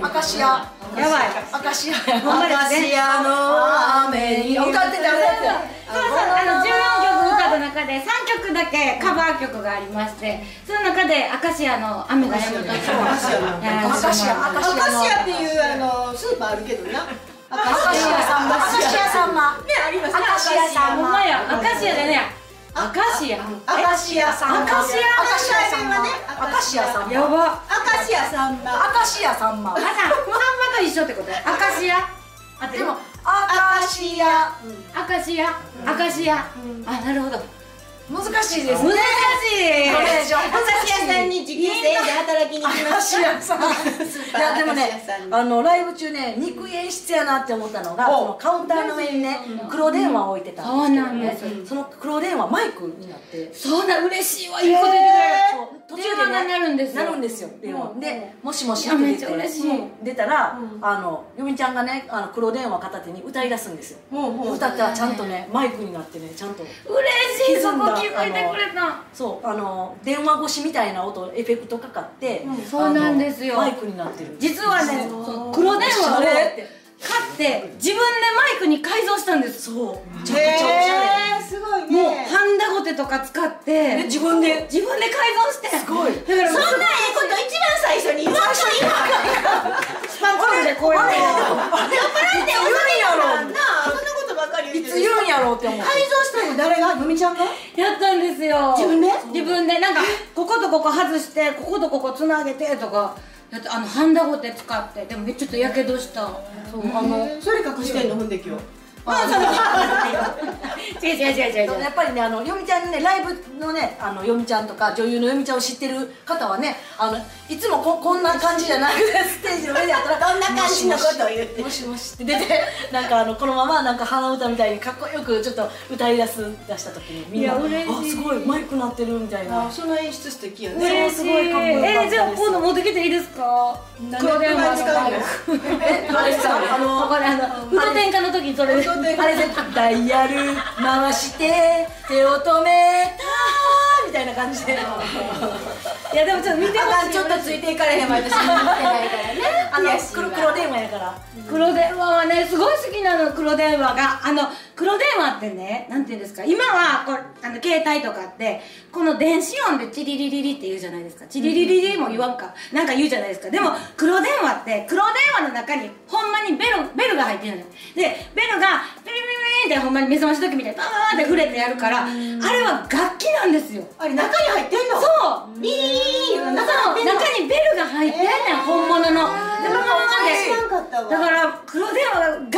S1: アカシア
S3: やばい
S1: アカシア
S3: ほんまですね
S2: アの雨に
S1: 歌ってた歌って
S3: そうそうあの14曲歌った中で3曲だけカバー曲がありましてその中で「アカシアの雨が止む時」やらせてもらっ
S2: アカ
S1: たアカシアアカシアの
S2: シアっていうあのスーパーあるけどなア
S1: アカシアさんまアカシアさんま
S2: ねあります
S1: アカシア
S3: た
S1: さん
S3: ほん
S1: ま
S3: まやアカシアでねアカシア
S2: アカシアさん
S1: アカシアさん
S2: ア
S1: まア
S2: カ
S1: カ
S2: シ
S1: シ
S2: ア
S1: ア
S2: さ
S1: さ
S2: ん
S1: ん
S3: や
S1: ま
S3: ば
S2: アカシアさんだ
S1: アカシアさんま
S3: あさんさんまと一緒ってことアカシアあ
S1: でもアカシア
S3: アカシアアカシアあなるほど
S1: 難しいです
S3: 難し
S1: ね
S3: い
S1: これでしょ
S2: アカシアさんに時給制で働きに行き
S1: ア
S2: ま
S1: カ
S2: し
S1: シア さんい
S2: パー
S1: やでも
S2: アカ
S1: ね
S2: シアさんに
S1: あのライブ中ね肉演出やなって思ったのがそのカウンターの上にね黒電話を置いてたんですけ
S3: そう
S1: どね
S3: なん
S1: その黒電話マイクになって
S3: そんな嬉しいわいいこと言って
S1: そ
S3: く
S1: う
S3: れる電話になるんですよ
S1: なるんですよ電話で「もしもし」
S3: い
S1: っ
S3: や
S1: て
S3: めっ
S1: 出
S3: ち
S1: て
S3: ゃ嬉しい
S1: 出たらあのゆみちゃんがねあの黒電話片手に歌い出すんですよ歌ったらちゃんとねマイクになってねちゃんと
S3: 嬉しいそこ気づいてくれた
S1: そうあの電話越しみたいな音エフェクトかかって
S3: そうなんですよ
S1: あのマイクになってる
S3: 実はねその黒電話を
S1: おしゃ
S3: 買
S1: れ
S3: って自分でマイクに改造したんです
S1: そうめちゃくち
S2: へ
S1: ゃおしゃれ
S2: えすごいね
S3: もうハンダゴテとか使って
S1: 自分で
S3: 自分で改造してす
S1: ごい
S3: だからそんないいこと一番最初に言わんと今スパンコールでこうやって
S1: いつ言うんやろ
S2: なあそんなことばかり言
S1: い
S2: って
S1: つ
S2: る
S1: 言うんやろうって思う
S2: 改造したの誰がのみちゃんが
S3: やったんですよ
S2: 自分で
S3: 自分でなんかこことここ外してこことここつなげてとかやってあのハンダゴテ使ってでもちょっとやけどしたそうあの
S2: それ隠してんのほんで今日
S3: 違う違う違う違う違う
S1: やっぱりねあのよみちゃんのねライブのねあのよみちゃんとか女優のよみちゃんを知ってる方はねあのいつもここんな感じじゃなくてステージの上でやったら
S2: どんな感じのことを言って
S1: もしもしもしもしって出てなんかあのこのままなんか鼻歌みたいにかっこよくちょっと歌い出す出した時にみんなあすごいマイクなってるみたいな
S2: あその演出素敵やね
S3: 嬉しい
S1: すごいかっこよかったです
S3: えーじゃあ今度持ってきていいですか黒電話のマイク
S1: えあれさあの
S3: ここであの運転家の時にそれで
S1: あれでダイヤル回して手を止めたみたいな感じでいやでもちょっと見てほしいちょっとついていかれへんわ 私あの黒黒電話やから
S3: 黒電話はねすごい好きなの黒電話があの黒電話ってねなんて言うんですか今はこうあの携帯とかってこの電子音でチリリリリって言うじゃないですかチリリリリも言わんかなんか言うじゃないですかでも黒電話って黒電話の中にほんまにベルベルが入ってるのよでベルがピリピリピリってほんまに目覚まし時みたいにバーンって触れてやるからあれは楽器なんですよ
S2: あれ中に入ってんの
S3: そう
S2: ビーン
S3: 中にベルが入ってんねん本物のでバババババって
S2: ったわ
S3: だから黒電話が楽器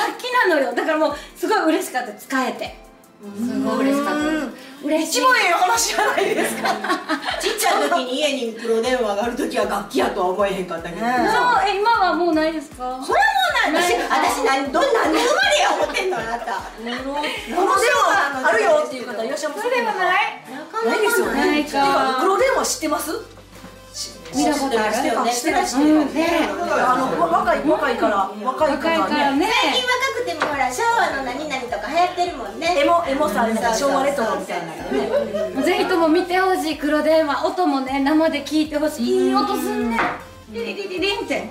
S3: なのよだからもうすごい嬉しかった使えてすごい嬉しかったです嬉しい
S1: 一番ええ話じゃないですか
S2: ちっちゃい時に家に黒電話がある時は楽器やとは思えへんかったけど、
S1: ね
S3: そう
S1: え
S3: え今はもうないですか
S2: それはもうな私私何どん何年生まれや思ってんのあなた
S1: この電話あるよっていう方いらっしゃいます
S3: 黒電話
S1: い
S3: ない
S1: ないですよね
S3: ないか
S1: てか黒電話知ってます
S3: 見たことある
S2: よね
S1: あしてないして
S3: う
S1: な
S3: ん
S1: い
S3: ね
S1: あのわ若い若いから若い
S3: 若い
S1: か
S3: からら
S1: ね
S3: ね
S2: 最近若くてもほら昭和の何々とか流行ってるもんね
S1: エモエモさあるのが
S2: そうそ
S1: 昭
S2: う
S1: 和レトロみたいなのね
S3: ぜひとも見てほしい黒電話音もね生で聞いてほしいいい音すんねリリリリリンって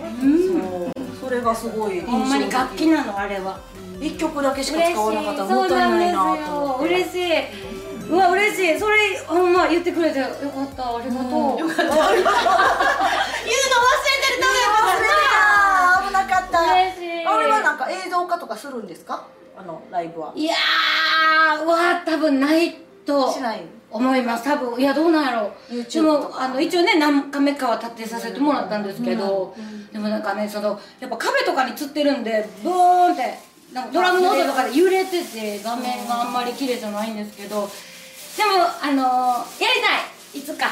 S1: それがすごい印象的
S3: ほんまに楽器なのあれは
S1: 一曲だけしか
S3: 嬉しい
S1: 使
S3: そ
S1: わ
S3: う
S1: なかったらもったいないな
S3: なんです
S1: と思
S3: よ
S1: って
S3: 嬉しいうわ嬉しいそれほんま言ってくれてよかったありがとう
S2: 言うの忘れてると思う
S1: あー危なかった
S3: 嬉しい
S1: あれはなんか映像化とかするんですかあのライブはい
S3: やーは多分ないと
S1: しない
S3: 思います多分いやどうなんやろ
S1: YouTube
S3: で
S1: と
S3: も
S1: か
S3: あの一応ね何カメかは立てさせてもらったんですけど、でもなんかねそのやっぱ壁とかに釣ってるんでブーンってなんかドラムの音とかで揺れてて画面があんまり綺麗じゃないんですけどでもあのーやりたいいつか。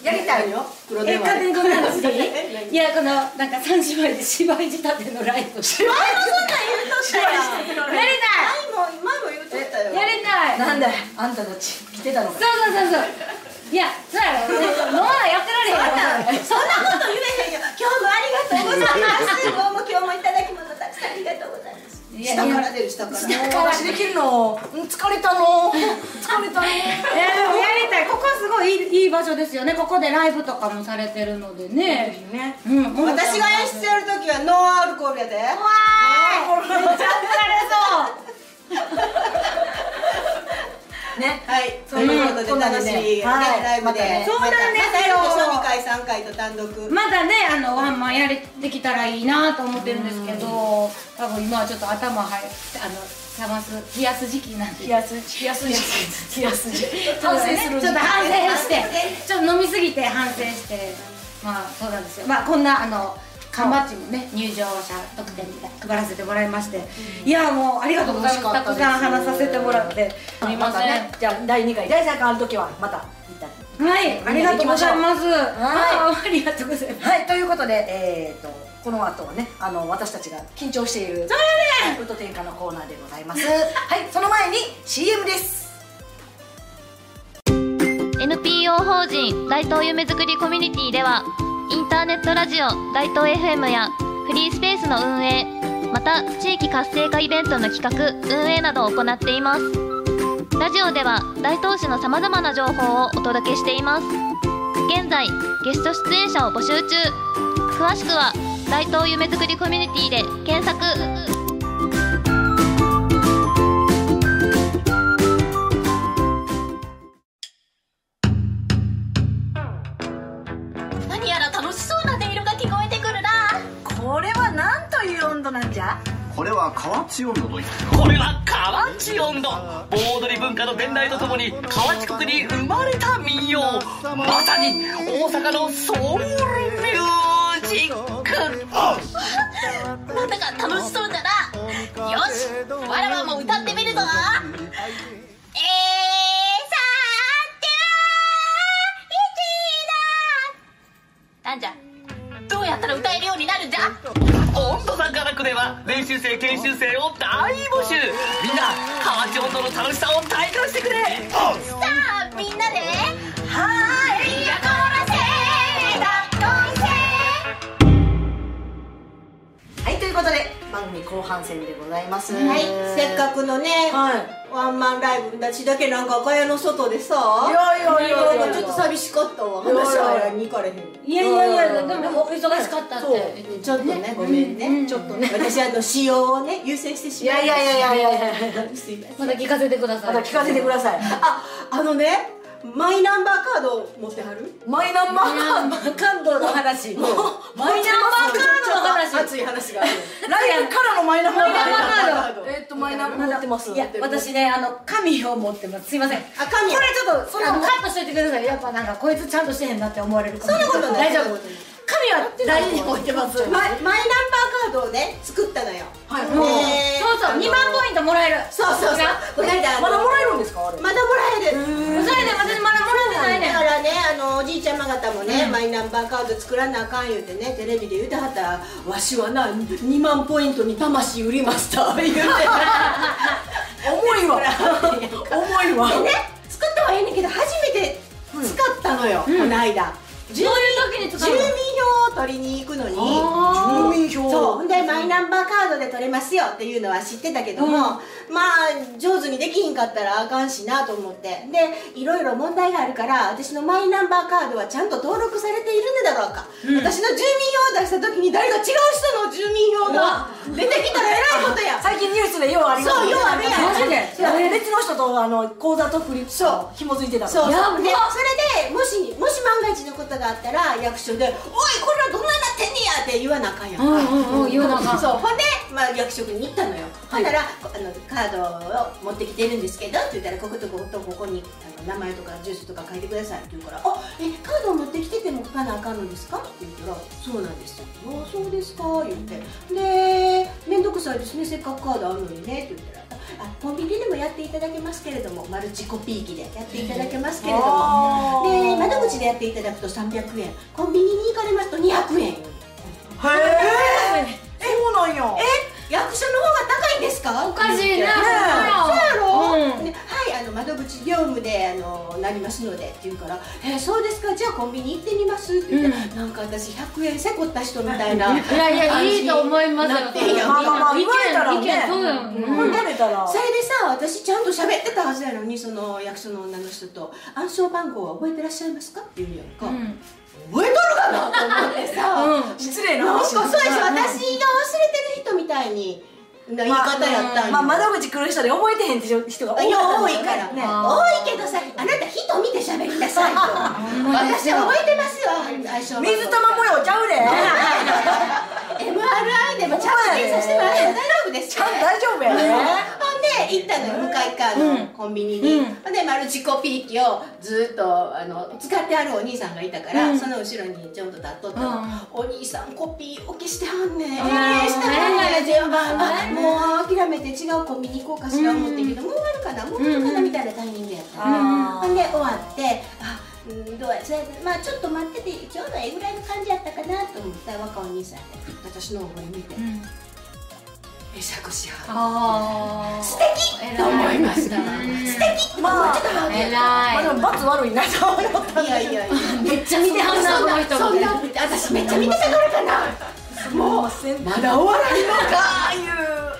S1: やりたいよ
S2: 黒
S3: え
S2: 電話
S3: 勝手にこんなのしてい
S2: え何
S3: いいやこのなんか三芝居で芝居仕立てのライブ芝居
S2: 前
S3: やりた
S2: も前も言うとったよ
S3: いやりたい
S1: なんだよあんたたち来てたの
S3: そうそうそう
S1: か
S3: そういやそうやろ飲まないやってられへん
S2: そんなこと言えへんよ今日もありがとうござい ますどうも今日もいただき物たくさんありがとうございます
S3: いや
S2: 下から出る下から
S1: もう私できるのうん疲れたの疲れたの
S3: いやでもやりたいここすごいいいいい場所ですよねここでライブとかもされてるのでね
S1: ね
S3: うん
S2: 私が演出やるときはノンアルコールやで
S3: わーいめっちゃ疲れそう
S1: ね
S2: はい、そういうことで楽しい、ね
S1: はい
S2: ライブで、
S3: そうなんですよ
S2: またまた2回3回と単独
S3: まだねあのワンマンやれできたらいいなと思ってるんですけど多分今はちょっと頭はあの冷ます冷やす時期なんで
S1: 冷やす冷やす冷やす冷やす反省する
S3: ちょっと反省して
S2: 反省ね
S3: ちょっと飲みすぎて反省してまあそうなんですよまあこんなあの缶バッジもね入場者特典で配らせてもらいまして、いやもうありがとうございますたくさん話させてもらってすみま
S1: ま
S3: せ
S1: た
S3: ん、
S1: ねじゃあ第二回第三回ある時はまたみたいな
S3: はいありがとうございます
S1: は
S3: あありがとうございます
S1: はい、ということで、えー、とこの後はねあの私たちが緊張しているヤクルト天下のコーナーでございますはいその前に CM です
S5: NPO 法人大東夢づくりコミュニティではインターネットラジオ大東 FM やフリースペースの運営また地域活性化イベントの企画運営などを行っていますラジオでは大東市のさまざまな情報をお届けしています現在ゲスト出演者を募集中詳しくは大東夢づくりコミュニティで検索
S6: 何やら楽しそうな音色が聞こえてくるな
S1: これはなんという温度なんじゃ
S7: これは河内温度といって
S8: これは河内音頭盆踊り文化の伝来とともに河内国に生まれた民謡まさに大阪のソウルミュージック
S6: なんだか楽しそうだなよしわらわも歌ってみるぞえーさーてーいちーだなんじゃどうやったら歌えるようになるんじゃ
S8: 音頭さんからくでは練習生研修生を大募集みんな河内音頭の楽しさを体感してくれ
S6: さあみんなではーいやこらせーだどんせー
S1: はいということで番組後半戦でございます
S2: はい、せっかくのね、
S1: はい
S2: ワンマンライブだしだけなんか小屋の外でさ
S1: いやいやいやいや
S2: なんかちょっと寂しかったわ
S1: いやいや
S2: 話し合いに行かれへん
S3: いやいやいやでもお忙しかったっ
S1: そう
S3: て
S2: ちょっとね、ごめんね、ちょっとね私あの使用をね優先してし
S1: い
S2: ま
S1: やいやいやいやいやいや
S2: やすいません
S3: また聞かせてくださ
S1: ま
S3: い
S1: た聞かせてください
S2: あ、あのねマイナンバーカード持ってはる
S1: マイナンバーカード
S3: 感動の話マイナンバーカードの話
S2: 熱い話がある
S1: 来年からのマイナンバー
S3: マイナンバーカード
S1: カードえっとマイナンバー持ってます
S3: いや私ねあの紙を持ってますすいません
S2: あ、神
S3: これちょっと
S2: そ
S3: そ
S2: ん
S3: のカ
S2: な
S3: ットしといてくださいやっぱなんかこいつちゃんとしてへんなって思われるかも
S2: そんなことない
S3: 大丈夫
S2: そんな
S3: 紙
S2: ことな
S3: は
S2: い
S3: 大事に置いてます
S2: マイマイナンバーカードをね作ったのよ
S1: はい
S3: もう
S2: ねえ
S3: そうそう2万ポイントもらえる
S2: そうそうそう
S3: これが
S2: この間あの
S1: まだもらえるんですかあれ
S2: まだもらえる
S3: それで私まだもらってないねん
S2: だからねあのおじいちゃま方もね、マイナンバーカード作らなあかん言うてねテレビで言うてはったわしはな2万ポイントに魂売りました言う て
S1: 重いわ重いわ
S2: でね作ったはええねんけど初めて使ったのよ、この間
S3: そういう時に
S2: 住
S3: 使う
S2: 民
S3: の
S2: 票を取りに行くのに
S1: 住民票
S2: そうほんでマイナンバーカードで取れますよっていうのは知ってたけども、まあ上手にできひんかったらあかんしなと思ってでいろいろ問題があるから私のマイナンバーカードはちゃんと登録されているのだろうか、私の住民票を出した時に誰か違う人の住民票が出てきたらえらいこと や
S1: 最近ニュースでようあります
S2: そうようあるやん
S1: マジで
S2: そうやね
S1: 別の人とあの口座とクリプ
S2: そ
S1: ト紐づいてた
S2: そう
S1: いや
S2: そうでそれでもしもし万が一のことがあったら役所で「おいこれはどんなになってんねや」って言わなあかんやんか、
S3: うんうんうん言わなあかん
S2: そうほんで、まあ、役職に行ったのよ、ほんならこあのカードを持ってきてるんですけどって言ったらこことこことここにあの名前とか住所とか書いてくださいって言うから「あえカードを持ってきてても書かなあかんのですか?」って言ったら「そうなんですよ」あ「そうですか」言ってで「面倒くさいですねせっかくカードあるのにね」って言ったら「あコンビニでもやっていただけますけれどもマルチコピー機でやっていただけますけれども」で窓口でやっていただくと300円コンビニに行かれますと200円
S1: へえそうなんや
S2: 役所の方が高いんですか
S3: おかしいな
S2: そうやろ、
S3: うん
S2: ねはいあの窓口業務であのなりますのでって言うから「えーそうですかじゃあコンビニ行ってみます」って言って、なんか私100円せこった人みたいな
S3: いやいやいいと思いますよ
S2: なってんやん
S1: まあまあまあ
S3: 意見
S1: 言われたらね
S3: 意見そうだよね
S1: うん言われたら
S2: それでさ私ちゃんと喋ってたはずやのにその役所の女の人と「暗証番号は覚えてらっしゃいますか?」って言うやんか、
S3: ん
S2: 覚えとるかなと思ってさ、
S1: 失礼な
S2: なんか
S1: 話
S2: そうでしょ私が忘れてる人みたいにな言い方やったんよ
S1: まあ窓口来る人で覚えてへんって人が多い
S2: いや
S1: から
S2: 多
S1: ね
S2: いから、
S1: ね
S2: 多いけどさあなた人見て喋りなさい と私は覚えてますよ相性
S1: 水玉模様ちゃうで
S2: MRI でもちゃんと検査してもらえたら大丈夫です
S1: ちゃんと大丈夫や
S2: ほ
S1: ね
S2: んで行ったのよ向かい側のコンビニに、ほんでマルチコピー機をずっとあの使ってあるお兄さんがいたから、その後ろにちょっと立っとったの、お兄さんコピーおけしてはんねんええしてはんねん順番もう諦めて違うコンビニ行こうかしら思ってんけど、もうあるかなもうあるかなみたいなタイミングやったの、
S1: あ
S2: ほんで終わってあうんどうやそうやまあちょっと待っててちょうどええぐらいの感じやったかなと思った若お兄さんが私の覚え見て、えしゃこしは
S3: ああ素
S2: 敵と思いました素敵まあちょっとハード
S3: 偉い
S1: まあでも罰悪いなと思った
S2: いやいやいや
S3: めっちゃ見てはんなこの人
S2: そんな私めっちゃ見てたからかな
S1: もう先
S2: まだ終わらへんのかああいう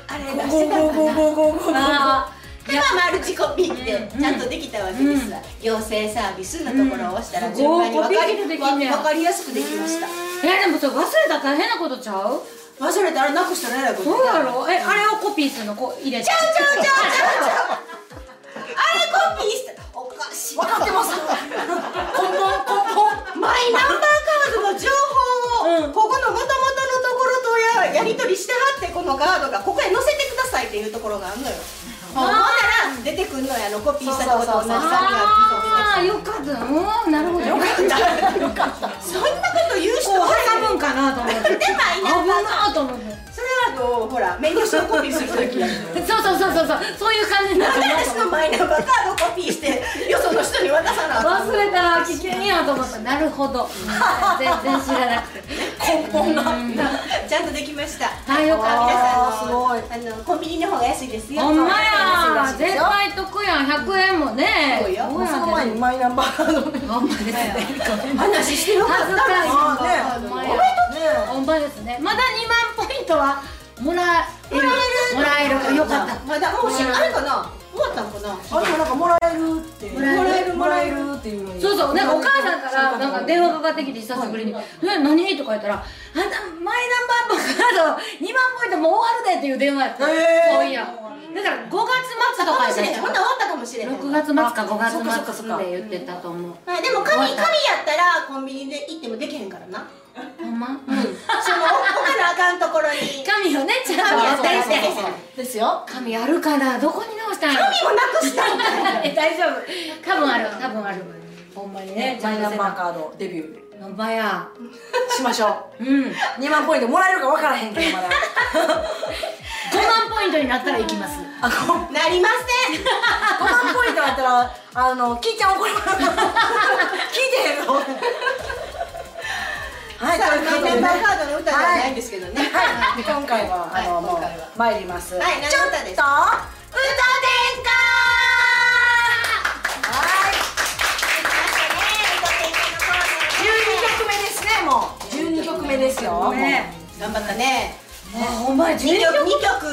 S2: あれ出してたのかな
S3: あ
S2: でまあマルチコピー機でちゃんとできたわけですわ、行政サービスのところを押したら順番に分か
S3: うんすごいコピー機で
S2: り
S3: きんねや
S2: わわかりやすくできました
S3: ーえでもそれ忘れたら大変なことちゃう
S2: 忘れたらなくしたらえらいこと
S3: そうやろえあれをコピーするのこう入れて
S2: ちゃうちゃうちゃうちゃうちゃうあれコピーしたおかしい分かってますコンポンコンポンマイナンバーカードの情報を、ここの元々のところとややり取りしてはってこのカードがここへ載せてくださいっていうところがあるのよほんなら出てくんのやあのコピーしたと こと同じさ
S3: ああよかったうんなるほどよかった
S2: そんなこと言う人
S3: こう
S2: は
S3: 挟むんかなと思って
S2: でマイ
S3: 危
S2: ナンバー
S3: なーと思って
S2: それはあのほら免許証コピーするときやる
S3: そうそうそうそうそうそういう感じになっ
S2: な
S3: た
S2: んで
S3: な
S2: 私のマイナンバーカードをコピーしてよその人に渡さなあかんの
S3: 忘れたら危険やと思ったなるほど全然知らなくて
S1: 根本が
S2: ちゃんとできました。
S3: あよかった
S2: あ皆
S1: あ
S2: さんあのあのコンビニの方が安いですよ。
S3: ほんまや
S2: 安いらしいです
S3: 絶
S2: よ
S3: 対得やん100円もね
S2: そうよ
S3: ほん
S2: も
S3: ま
S2: う
S3: や
S1: その前にマイナンバーカードね
S3: ほんまですね
S2: 話してよかった
S3: 恥ずかしい
S1: あ
S3: ほんま
S2: ね
S3: やほんまですねまだ2万ポイントはもらえるもらえるよかった
S2: まだもうしあれかな終わったんかな
S1: あでもなんかもらえるっても
S3: ら
S1: えるもらえるっていうのに
S3: そうそうなんかお母さんからなんか電話かかってきて久しぶりに「ね何?」とか言ったら「あんたマイナンバーカード2万ポイントもう終わるで」っていう電話やった
S1: へー
S3: そういやだから5月末と
S2: か
S3: か
S2: も
S3: や
S2: しれん
S3: っ
S2: ほんなら終わったかもしれん
S3: 6月末か5
S1: そっかそっか
S3: 月
S1: そっ
S3: 末
S1: か
S3: で言ってたと思う
S2: まあでも紙紙やったらコンビニで行ってもできへんからな
S3: ほんま
S2: その他のあかんところに
S3: 紙をねちゃんと
S2: 紙やっ
S3: 渡
S2: た
S3: し
S2: りしてて
S1: ですよ
S3: 紙あるかなどこに直したんや
S2: 紙もなくしたんか い
S3: 大丈夫多分ある多分あるほんまにね
S1: マイナンバー
S3: ー
S1: カードデビュー
S3: ほんまや
S1: しましょ
S3: うん5
S1: う2万ポイントもらえるか分からへんけどまだ
S3: 万ポイントになったら行きます
S1: あこう
S2: なりません
S1: 5万ポイントあったらあのキイちゃん怒る 聞いてへんぞはい
S2: さあ
S1: ということでね
S2: マイナンバーカードの歌ではないんですけどね
S1: はい、今回は、
S2: はい
S1: あのも
S2: 今回は
S1: う参ります
S2: はい何
S1: ちょっ
S2: の歌
S1: と
S2: です
S1: 歌殿下はい12曲目ですねもう12曲目ですよ、
S3: ね
S2: 頑張ったね
S3: ほんまや
S2: 2曲二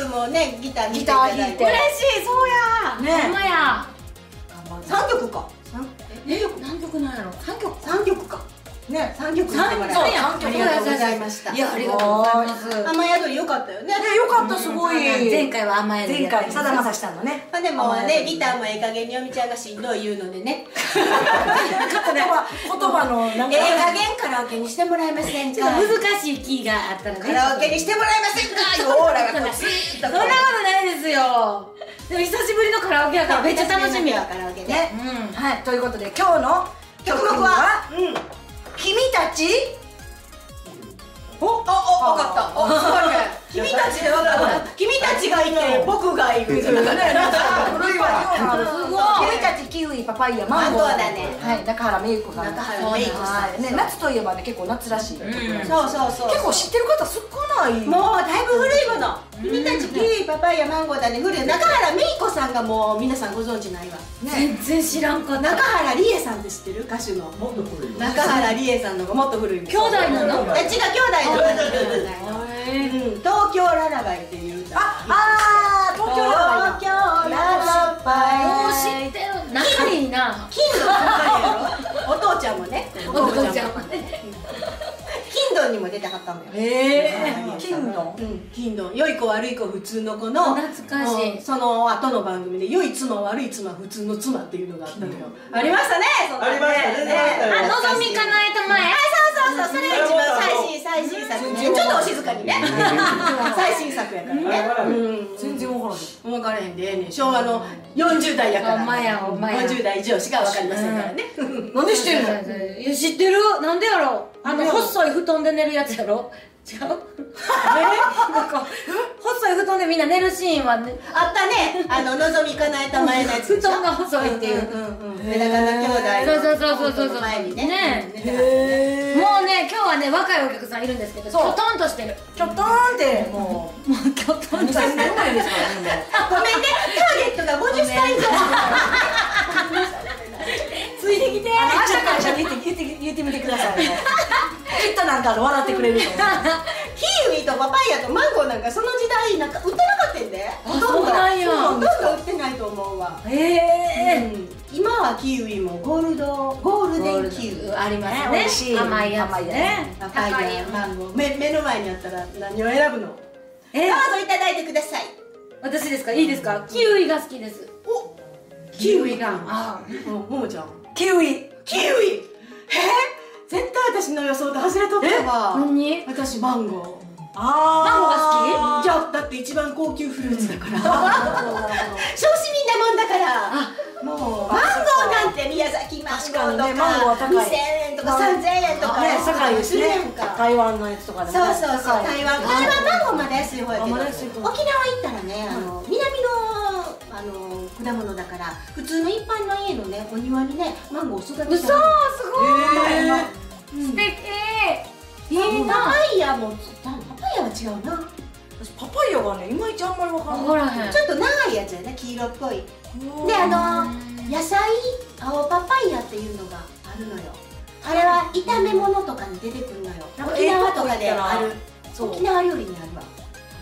S2: 曲もねギター弾いていただい
S1: ギター弾いて
S2: て
S3: 嬉しいそうや
S1: ね
S3: ほんまや
S2: 3曲か
S3: え何曲なんやろ3曲
S2: 3曲か
S1: ね
S2: 3曲弾いてもら
S1: そう
S2: え
S1: 三曲
S2: ありがとうございました
S3: いやありがとうございます
S2: 雨宿り良かったよね
S1: ねよかったすごい
S3: 前回は甘え
S1: 前回さだまさしさんのね
S2: まあでもねギターもええ加減におみちゃんがしんどい言うのでね
S1: 言葉言葉のなん
S2: ええ加
S1: か
S2: 減カラオケにしてもらえません
S3: ち
S2: か
S3: ょっと難しいキーがあったらね
S2: カラオケにしてもらえませんかいうオーラがこうスーッ
S3: そん
S2: と
S3: なことないですよでも久しぶりのカラオケやからめっちゃ楽しみや
S2: カラオケね
S3: うん
S1: はいということで今日の
S2: 曲
S1: 曲目
S2: 目は
S1: は
S2: うん
S1: 「君たち
S2: おおお分かったおすごいね君たちで分かった君たちがいて僕がいるとかねなんか古いわ
S1: すごい君たちキウイパパイヤマンゴー」
S2: マンゴーだね
S1: はい中原芽衣子が
S2: 中原メイクさ
S1: はいね夏といえばね結構夏らしい曲なんです
S2: そうそうそう
S1: 結構知ってる方少ない
S2: もうだいぶ古いもの君たちキウイパパイヤマンゴーだね古い中原美衣子さんがもう皆さんご存知ないわ
S1: ね
S3: 全然知らんかった
S2: 中原理恵さんって知ってる歌手のもっと古い中原理恵さんの方がもっと古い
S3: 兄弟なの
S2: え違う兄弟の方
S3: へー
S2: うん東京ララバイっていう歌
S1: ああー東京ラバイだ
S2: 東京ララ
S3: もう
S2: バイ
S3: 知ってる仲いいな
S2: 金土やろお父ちゃんもね
S3: お父ちゃんはね
S2: 金土にも出たかったのよ
S1: え
S2: は
S1: え
S2: い
S1: 金の
S2: うん、金の良い子悪い子普通の子の
S3: 懐かしい
S2: うんその後の番組で良い妻悪い妻普通の妻っていうのがあったのよありましたねそんなの
S9: あ
S2: ね
S9: りましたね
S2: ね
S3: あ
S2: あ
S3: のぞみかなえた前
S2: そうそうそうそれが一番最新最新作ねちょっとお静かにね最新作やからねうん
S1: 全然わからない
S2: 分からへんでええねん昭和の40代やから
S3: ほんまやほんまや
S2: 40代以上しか分かりませんからね
S1: なんで知ってんの
S3: いや知ってるなんでやろうあの細い布団で寝るやつやろ違うなんか細い布団でみんな寝るシーンはね
S2: あったねあの望みかなえた前のやつ
S3: 布団が細いっていう
S2: メダカの兄弟
S3: そうそうそうそうそう
S2: の前にね
S3: ね
S2: うん出てはったね
S3: もうね今日はね若いお客さんいるんですけどきょ
S1: そう
S3: とんとしてる
S1: ちょっとーんってもう
S3: もうきょとんとしてる
S1: 全然ないですからねもう
S2: ごめんねターゲットが50歳以上
S3: ついてきて
S1: あの朝会社に行って言って言ってみてくださいよきっとなんかあの笑ってくれると思う
S2: キウイとパパイヤとマンゴーなんかその時代なんか売ってなかったんでほとん
S3: そう
S2: ど
S3: なんや
S2: ほとんど売ってないと思うわ
S3: ええ
S2: うん今はキウイもゴールドゴールデンキウイ
S3: ありますね
S1: ね美味しい
S3: 甘いやつね
S2: パパイヤマンゴー目目の前にあったら何を選ぶのどうぞ
S3: え
S2: いただいてください
S3: 私ですかいいですかキウイが好きです
S2: おキウイが
S3: あ
S2: うんももちゃん
S1: キウイ
S2: キウイえ絶対私の予想と外れとったわ
S3: 何
S2: 私マンゴ
S1: あ
S2: ーじゃあだって一番高級フルーツだから
S1: マンゴーが好き
S2: 小市民なもんだからもうマンゴーなんて宮崎マン
S1: 確かに
S2: ゴー
S1: ね
S2: と
S1: マンゴーは
S2: か
S1: 高い
S2: 2000円とか3000円とか
S1: ね堺です
S2: する
S1: ね
S2: やんか
S1: 台湾のやつとかで
S2: そう
S1: もね
S2: そうそう
S1: 堺
S2: 台湾台湾マンゴーまだ安い方やけど
S1: あまだ安い
S2: 沖
S1: 方
S2: 縄行ったらねあの南のあの果物だから普通の一般の家のねお庭にねマンゴー育てた
S3: 嘘すごい
S2: 台湾
S3: 素敵い
S2: パ
S3: いな
S2: パイヤもパパイヤは違うな
S1: 私パパイヤがねいまいちあんまりわから
S3: 分
S1: な
S3: か
S1: い
S3: らへん
S2: ちょっと長いやつやね黄色っぽい
S1: うん
S2: であの野菜青パパイヤっていうのがあるのよあれは炒め物とかに出てくるのよ
S1: なんか
S2: 沖縄とかであ
S1: ええ
S2: る
S1: そう
S2: 沖縄料理にあるわ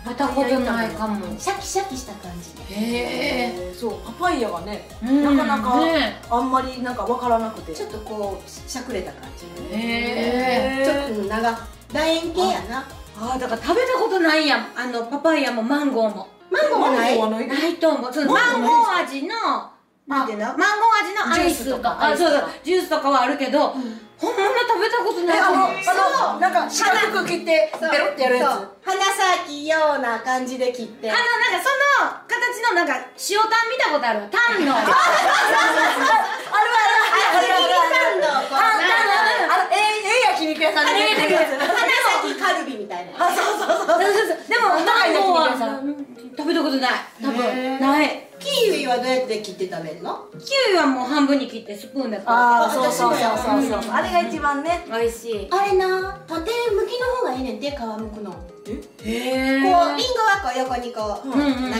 S3: 見たことないかも
S2: シャキシャキした感じ
S3: へ
S2: で
S3: え
S1: えーそうパパイヤがね
S3: な
S1: なかなか
S3: ね
S1: あんまりなんかわからなくて
S2: ちょっとこうしゃくれた感じ
S3: へえ
S2: ちょっと長楕円形や
S3: あ
S2: な
S3: あだから食べたことないやんあのパパイヤもマンゴーも
S2: マンゴーもない
S1: マンゴーはない
S3: ないと思うそのマンゴー味のあマン
S2: ん
S3: ゴ
S2: で
S3: ー
S2: な
S3: 味のアイスとかあ
S1: ジュ
S3: そ
S1: ー
S3: う
S1: スとか
S3: そうジュースとかはあるけど、ほんま食べたことない
S1: えあ
S3: か
S1: の
S3: も
S1: あのなんか四角く切って
S2: そう
S1: ペロってやる
S2: そ
S1: や
S2: う花咲きような感じで切って
S3: あのなんかその形のなんか塩タン見たことあるわタンのあ
S1: つあるあるあるあるある
S2: あ
S1: あるあるええええ焼き
S2: ビ屋さんで出てくるやつ花咲カルビみたいな
S1: あそうそうそ
S3: で
S1: う
S3: も
S1: 中に入れてくだ
S3: な
S1: さ
S3: いもう食べたことない多分ない
S2: キウイはどうやって切って食べるの
S3: キウイはもう半分に切ってスプーンでこう
S1: ああ
S2: そ
S1: そう
S2: そ
S1: うそうう
S2: そ
S1: そうう
S2: そ
S1: そううそうあれが一番ね
S3: 美味しい
S2: あれな縦向きの方がいいねんて皮むくのこうリン
S3: へ
S2: ゴは
S3: ー
S2: こう横にこう
S3: うんうん
S2: 長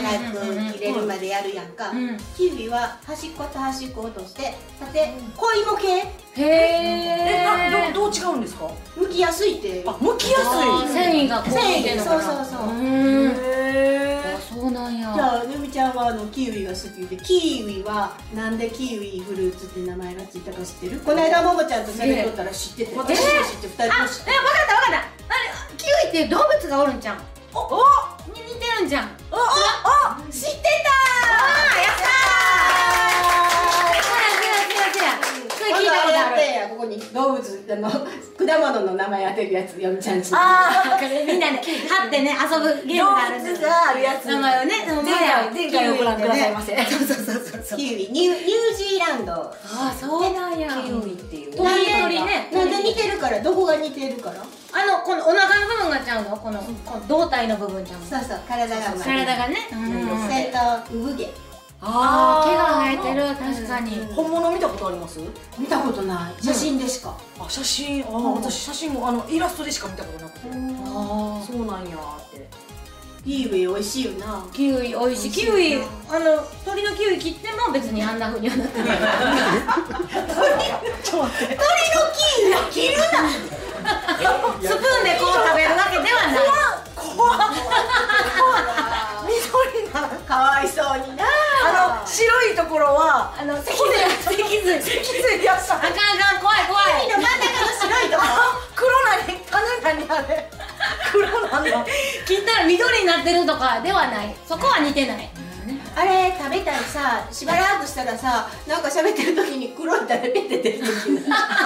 S2: く切れるまでやるやんか
S3: うん
S2: キウイは端っこと端っこ落として縦こう芋系
S1: えな
S3: へー
S1: どうどう違うんですか
S2: 剥きやすいって
S1: あ剥きや
S3: あー
S1: すい
S3: 繊維がこう
S2: 繊維
S3: 出てんのかな
S2: そうそうそう
S3: ーん
S1: へ
S3: あそうなん
S2: じ
S3: や
S2: ゃあ、ねみちゃんはあのキウイが好きで、キウイはなんでキウイフルーツって名前がついたか知ってる？この間ももちゃんと喋っとったら知ってて、私も知って二人
S3: あ
S2: も知って
S3: え
S2: る。
S3: わかったわかったあれキウイっていう動物がおるんじゃんおおに似てるんじゃんおおお知ってたーやったーそうやそうやそうやそれ聞いたことある
S2: やここに動物あの 果物の名前当てるやつ、よみちゃんち。
S1: あ
S3: みんなで張ってね遊ぶゲームがあるんです
S1: 動物があるやつ
S3: 名前をね名
S1: ー前
S3: 前を
S1: 回前回をご覧くださいませそうそうそうそう
S2: キウイニュニュージーランド。
S3: あそうなんや
S1: キウイっていう
S3: 鳥鳥ね
S2: なんで似てるから、どこが似てるから？
S3: あのこのお腹の部分がちゃうのこのこの胴体の部分ちゃうの
S2: そうそう、体が
S3: 体がね
S2: それと産毛。
S3: あー毛が生えてる確かに
S1: 本物見たことあります
S2: 見たことない。写真でしか。
S1: あ写真あー私写真もあのイラストでしか見たことなくてああそうなんやーって
S2: キウイ美味しいよな。
S3: キウイ美味しいキウイあの鳥のキウイ切っても別にあんな風にはなってない
S2: 鳥のキウイ切るな。
S3: スプーンでこう食べるわけではない
S1: 緑な
S2: かわいそうにな。
S1: あの白いところは
S3: あの脊髄脊髄
S1: きついやつ
S3: あかんあかん怖い怖い
S2: 真ん中の白いとこ。
S1: 黒なに種なにあれ黒なんだ
S3: 切ったら緑になってるとかではないそこは似てない
S2: あれ食べたりさしばらくしたらさなんか喋ってる時に黒いタレペって出る時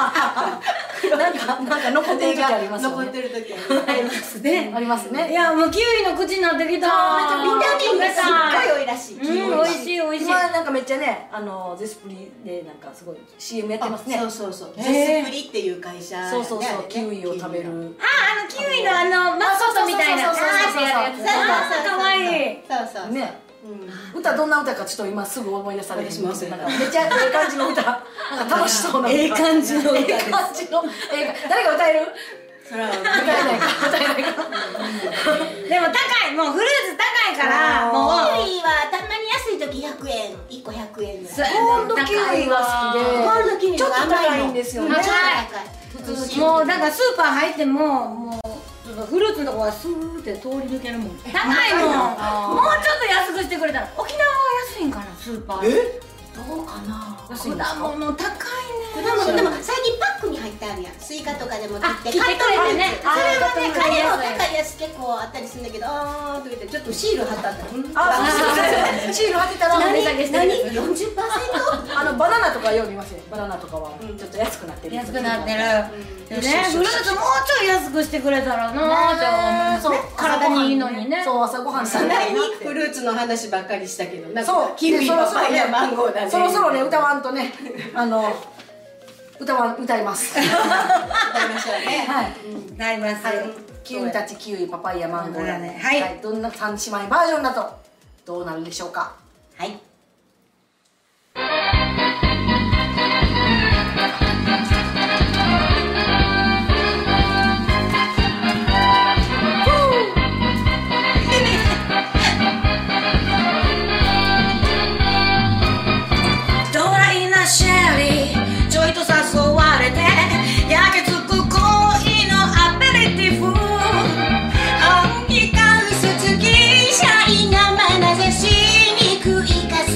S1: なんか なんか残ってる時ありますよ
S2: 残っ
S1: ね
S2: てる時
S3: ありますね
S1: あります
S3: い
S1: ね
S3: やもうキウイの口になってきた
S2: ビタミンがすっ
S3: い
S2: ごい多いらしい、
S3: うん、美味しい美味しい。
S1: 今なんかめっちゃねあのゼスプリでなんかすごい CM やってますね
S2: そうそうそうゼスプリっていう会社、
S1: そうそうそうキウイを食べる
S3: あ、あのキウイのあのマスコットみたいな。あ
S1: そうそうそう
S3: ーっ
S1: そう
S3: てやるやつあー、可愛い。
S2: そうそう
S1: ね
S2: うん、
S1: 歌どんな歌かちょっと今すぐ思い出されへん
S2: 私も忘れた
S1: なんかめっちゃええ感じの歌なんか楽しそうな歌
S3: ええ感じの歌です
S1: ええ感じのええ感誰が歌える
S2: それは
S1: 歌えないか歌えないか
S3: でも高い、もうフルーツ高いから、もう。
S2: キウイはたまに安い時100円1個100円ぐらい
S1: ポンドキウイは好きで
S2: ゴールドキウイ
S1: ちょ
S2: の
S1: っと
S2: 方が甘いの
S1: 高いんですよね
S2: ちょっと高い
S3: 高いもうだからスーパー入っても、もう。ちょっとフルーツのとこはスーって通り抜けるもん高いもんもうちょっと安くしてくれたら沖縄は安いんかなスーパーえ
S2: どうかな
S1: 安いんですか
S3: 果物高いね
S2: 果物でも最近パックに入ってあるやんスイカとかでも
S3: あ
S2: 切
S3: 切
S2: っ
S3: っててくれ
S2: 買っとる
S3: て
S2: や
S3: ね
S2: つそれはね彼
S3: い
S2: も高いやつ結構あったりするんだけどあーとか言ってちょっとシール貼ったったん
S1: あーシール貼ってたら
S2: 何
S1: 値下げしてる
S2: 何 40%?
S1: あのバナナとかよう見ますねバナナとかはちょっと安くなってる
S3: 安くなってる、で
S1: よ
S3: ね
S1: しよし
S3: フルーツもうちょい安くしてくれたらなーって思うね体にいいのにね
S1: そう朝ごはん
S2: そんなにフ
S1: に
S2: ルーツの話ばっかりしたけどなん
S1: そ
S2: か
S1: う
S2: キウイ
S1: そろ
S2: パ
S1: そろ
S2: パイ
S1: ね
S2: ヤマンゴーだね
S1: そろそろね歌わんとねあの歌わん歌います
S2: 歌いましょうね
S1: はい
S3: なります、
S1: キウイたちキウイパパイヤマンゴーラね、
S3: マンゴーラねはい
S1: どんな三姉妹バージョンだとどうなるでしょうか
S2: はい
S3: ドライなシェリーちょいと誘われてやけつく恋のアペリティフ
S2: 本気関数付きシャイな眼差しに食い風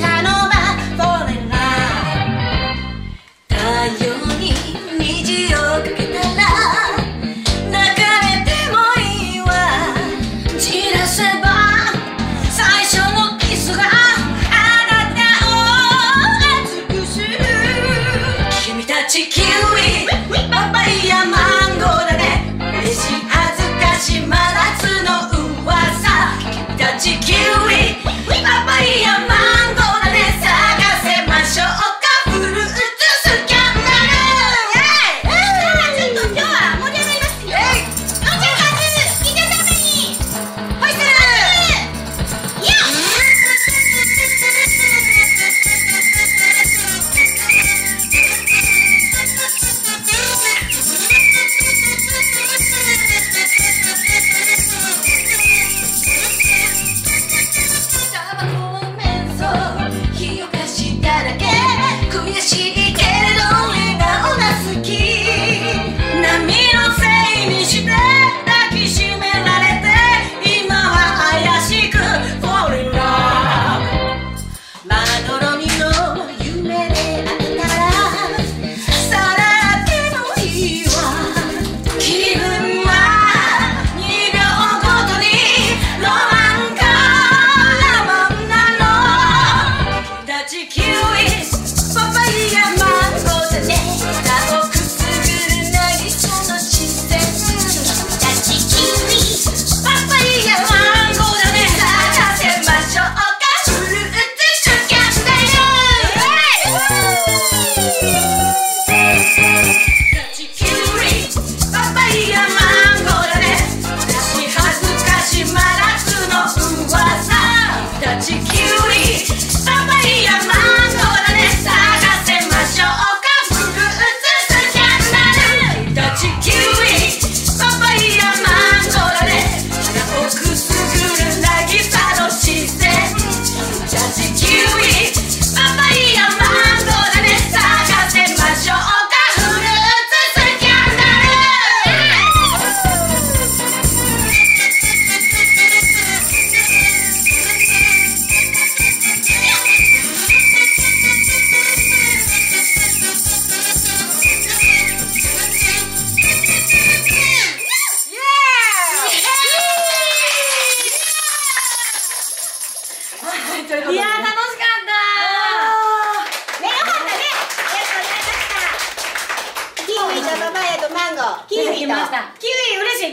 S3: シェキ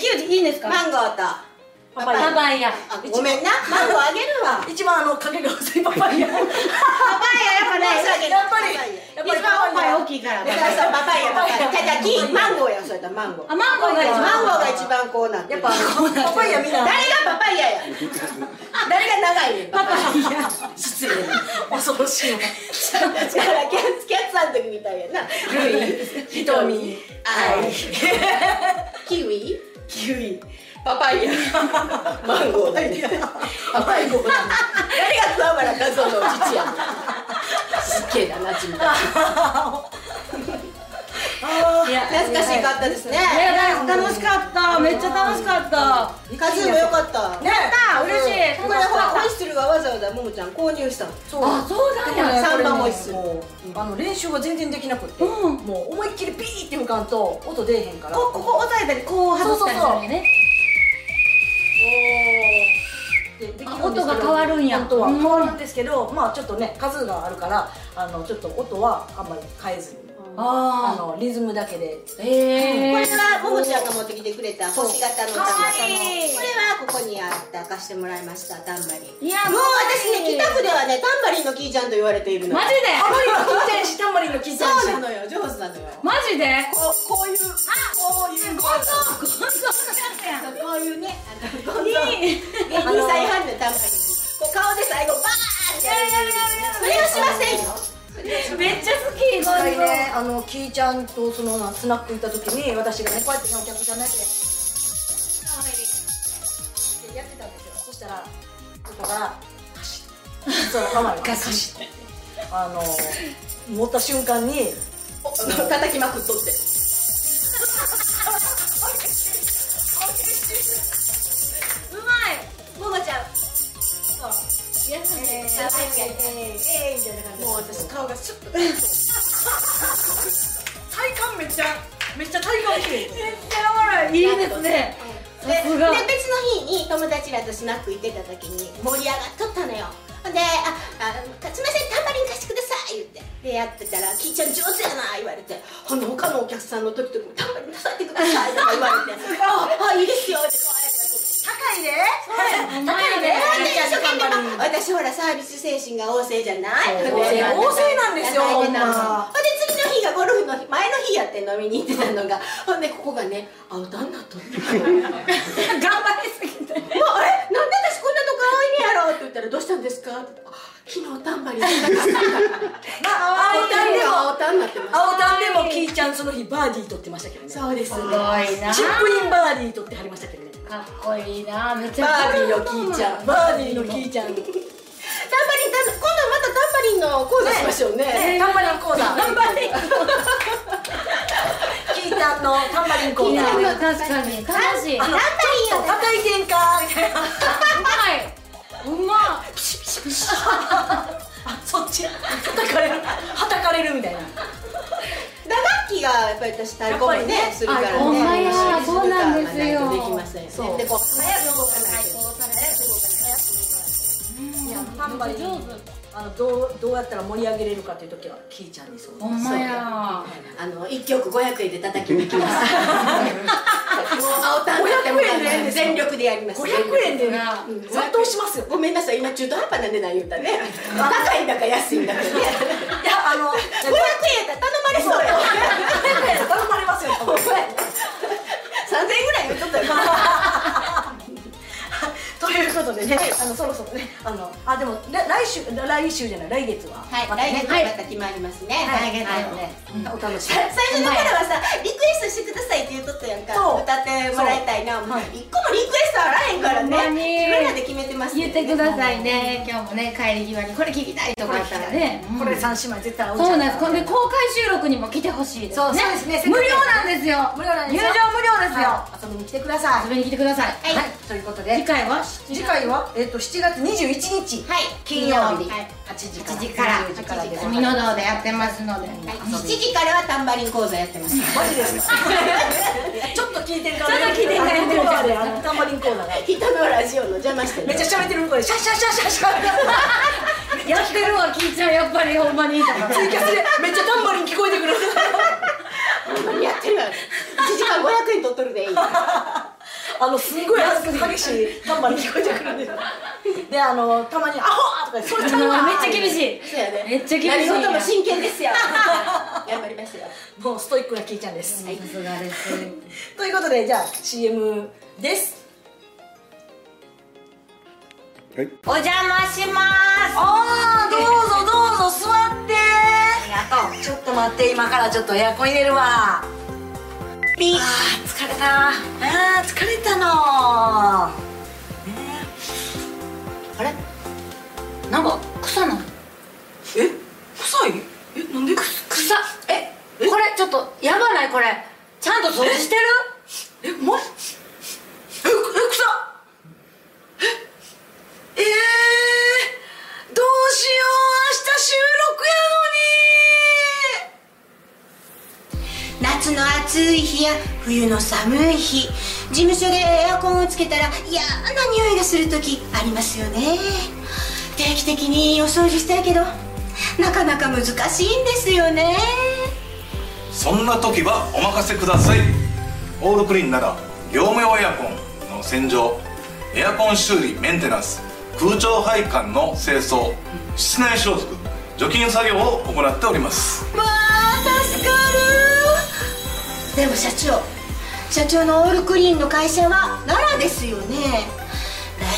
S3: ウチいいんですか
S2: マンゴーと
S1: パパイ
S3: パ
S1: ヤ
S3: パイヤ
S2: あごめんなマンゴーあげるわ
S1: 一番あの影が薄いパパイヤやっ
S3: パパイヤやっぱね
S1: ぱりやっぱり
S3: 一番おっぱい大
S1: い
S3: きいから
S2: だからさパパイヤパパイヤたたきマンゴーやそれとマンゴー
S3: あマンゴーが一番
S2: マンゴーが一番こうなって
S1: や
S2: る
S1: っぱパパイヤみんな
S2: 誰がパパイヤや誰が長いねんパパイヤ
S1: 失礼 恐ろしいわ
S2: だからキャッツキャッツさんの時みたいやなルイ
S1: 瞳
S2: アイキウイキウイパパイヤマンゴーだねパパイヤ誰が桑原和夫の父やすっげえな馴染みだ
S3: いや
S2: 懐かしかったですね
S3: ね楽しかっためっちゃ楽しかった
S2: カズもよかった
S3: やった嬉しい
S2: こ
S3: 楽
S2: れ
S3: しか
S2: は
S3: った
S2: ホイッスルはわざわざももちゃん購入したの
S1: そう
S3: あそうなんや
S2: サンバも
S1: も
S2: 一緒
S1: もうあの練習が全然できなくって、
S3: うん
S1: もう思いっきりピーって吹かんと音出えへんから
S3: こここ押さえたりこう外したりするわけね
S1: でできるんです
S3: あ
S1: け
S3: 音が
S1: ど
S3: 変わるんや
S1: 本当は
S3: うん
S1: 変わるんですけど、まあちょっとね数があるからあのちょっと音はあんまり変えずにあ
S3: あ
S1: のリズムだけで
S3: あへえ
S2: これはももちゃんが持ってきてくれた星型の
S3: か
S2: 玉
S3: わいい
S2: これはここにあった貸してもらいましたタンバリン
S3: いや
S2: もう私ね北区ではねタンバリンのキーちゃんと言われているの
S3: マジで
S1: あまりの聞いてんしタンバリンの聞いてんし
S2: そうなのよ上手なのよ
S3: マジで
S2: こうこういうこういうこ
S3: こんな
S2: うこういうねあの
S3: いい
S2: 2歳半のタンバリンこう顔で最後バーンってやるそれはしませんよ
S3: やつやんめっちゃ好き
S1: 一回ね、あのキイちゃんとそのスナック行った時に私がねこうやってねお客さんのやつでやってたんですよそしたらこからカシッそうママがカシッあの持った瞬間に
S2: お叩きまくっとって
S3: うま
S2: ももち
S3: い
S2: ゃん
S3: やす
S1: えー、え
S3: ね
S1: ー、えー、みたいな感じで
S2: もう私顔がシュッと
S1: 体感めっちゃめっちゃ体感綺麗
S3: めっちゃおもろいいいですね
S2: で
S3: さすが
S2: で別の日に友達らとスナック行ってた時に盛り上がっとったのよほんで「ああすみませんタンバリン貸してください」言ってでやってたら「キイちゃん上手やな」言われてほんで他のお客さんの時々も「タンバリン貸さってください」とか言われて「ああいいですよ」ってこうやって。
S1: 高いで
S3: お前らね
S2: 一生懸命まあ私ほらサービス精神が旺盛じゃない
S1: そう
S2: ほんで
S1: 旺盛なんですよ
S2: ほんで
S1: ほんま
S2: 次の日がゴルフの日前の日やって飲みに行ってたのがほんでここがね青だんなとって
S3: 頑張りすぎて
S2: もうあれなんで私こんなとこ青いねやろって言ったらどうしたんですかって言ったらあ昨日タンバリンだ
S1: まあ
S2: 青タンでも青タンになってます
S1: 青タンでもキイちゃんその日バーディー取ってましたけどね
S2: そうですね
S3: いな
S1: チップインバーディー取ってはりましたけどね
S3: かっこいいなめっちゃ
S2: バーディーのキイちゃんタンバリンタン
S1: バーディーのキイちゃんね
S2: 今度またタンバリンの講座しましょうね
S1: タンバリン講座
S2: タンバリン
S1: キイちゃんのタンバリン講
S3: いい
S1: 座
S3: な
S1: あ
S3: 確
S1: の
S3: かに楽しい
S1: ちょっと叩いてんかみたいな
S3: うまいうま
S1: ピシピシピシあそっち叩かれる叩かれるみたいな
S2: 打楽器がやっぱり私太鼓もね
S1: やっぱりね
S2: するからね
S3: あほんまやそうなんですよ
S2: ないとできませんよね
S1: そう
S2: でこう早く動かないと
S1: いやタンバリン
S3: 上手
S1: あのどうどうやったら盛り上げれるかという時はキイちゃんにそう
S3: ほんまや
S2: あの一曲500円で叩きに行きますもう青タンだっても
S1: 500円で
S2: 全力でやります
S1: 500円で殺到しますよ
S2: ごめんなさい今中途半端な値段言うたね高いんだか安いんだかね
S1: いやあの
S2: 500円やったら頼まれそうよ
S1: 500円頼まれますよ多分
S2: 3000円ぐらい言っとったよ
S1: ということでね、あのそろそろね、あのあでもら来週来週じゃない来月は、また
S2: はい、
S1: ね
S2: 来月また決まりますね。
S1: はい来月
S2: はい
S1: はねお楽しみ
S2: 最。初の頃はさ、リクエストしてくださいって言うとったやんか
S1: そう
S2: 歌ってもらいたいな、もう
S1: はい
S2: 一個もリクエストあらへんから
S3: ほんま
S2: ね
S3: に
S2: 自分らで決めてます
S3: 言ってくださいね今日もね帰り際にこれ聞きたいとかあったらね
S1: これ三姉妹絶対会うじゃ
S3: そうなんです。これで公開収録にも来てほしいですね。
S1: そうそうですね
S3: 無料なんですよ。
S1: 無料なんですよ
S3: 入場無料ですよ。
S1: はい遊びに来てください。
S3: 遊びに来てください。
S1: はい、ということ
S3: 次
S1: で
S3: 回は
S1: 次回はえっ、と7月21日、
S2: はい
S1: 金曜日
S2: はい
S1: 8時から
S3: 8時から
S1: 10時からでござい
S3: 隅
S1: ま
S3: の道でやってますので。
S2: はい7時からはタンバリン講座やってます
S1: すマジですかちょっと聞いてんから
S3: ちょっと聞いてんからやってる
S1: コーナーであのタンバリンコーナーが
S2: 人のラジオの邪魔して
S1: めっちゃ
S2: ゃ
S1: 喋ってる向こうでシャッシャッシャッシャッシャ ッ
S3: やってるわ、キイちゃん、やっぱりほんまにいいと思う。
S1: ツイキャスでめっちゃタンバリン聞こえてくる
S2: やってるわ1時間500円取っとるでいいは
S1: あのすごい激しいタンバリン聞こえてくるんですよであのたまに「アホ!」とか言って「それちゃうわ!」
S3: めっちゃ厳しい
S2: そうやね
S3: めっちゃ厳しい
S2: 何事も真剣ですよ頑張りますよ
S1: もうストイックなキイちゃんです、
S3: さすがです
S1: ということでじゃあ CM です
S3: お邪魔します
S1: ああどうぞどうぞ座って
S3: ありがとう
S1: ちょっと待って今からちょっとエアコン入れるわ
S2: ピン
S1: あー疲れたあー疲れたの
S2: あれなんか草なの
S1: え臭いえなんで
S2: 草えこれちょっとやばないこれちゃんと掃除してる
S1: えま ええ臭ええー、どうしよう明日収録やのに
S2: 夏の暑い日や冬の寒い日事務所でエアコンをつけたら嫌な匂いがする時ありますよね定期的にお掃除したいけどなかなか難しいんですよね
S4: そんな時はお任せくださいオールクリーンなら業務用エアコンの洗浄エアコン修理メンテナンス空調配管の清掃室内消毒除菌作業を行っております
S2: わあ助かるでも社長社長のオールクリーンの会社は奈良ですよね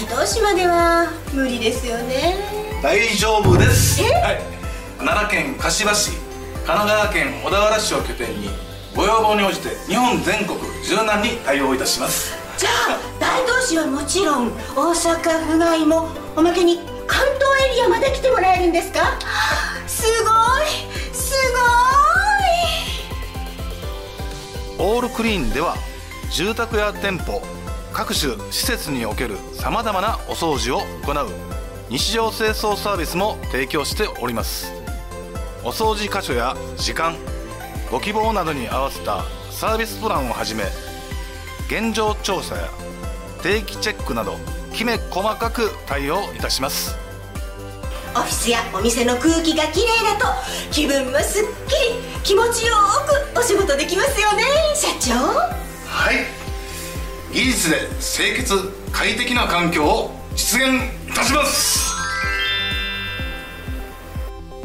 S2: 大東市までは無理ですよね
S4: 大丈夫です、
S2: え
S4: はい、奈良県柏市神奈川県小田原市を拠点にご要望に応じて日本全国柔軟に対応いたします
S2: じゃあ大東市はもちろん大阪府外もおまけに関東エリアまで来てもらえるんですかすごいすご
S4: オールクリーンでは住宅や店舗各種施設におけるさまざまなお掃除を行う日常清掃サービスも提供しておりますお掃除箇所や時間ご希望などに合わせたサービスプランをはじめ現状調査や定期チェックなどきめ細かく対応いたします
S2: いオフィスやお店の空気がきれいだと気分もすっきり気持ちよくお仕事できますよね社長
S4: はい技術で清潔快適な環境を実現いたします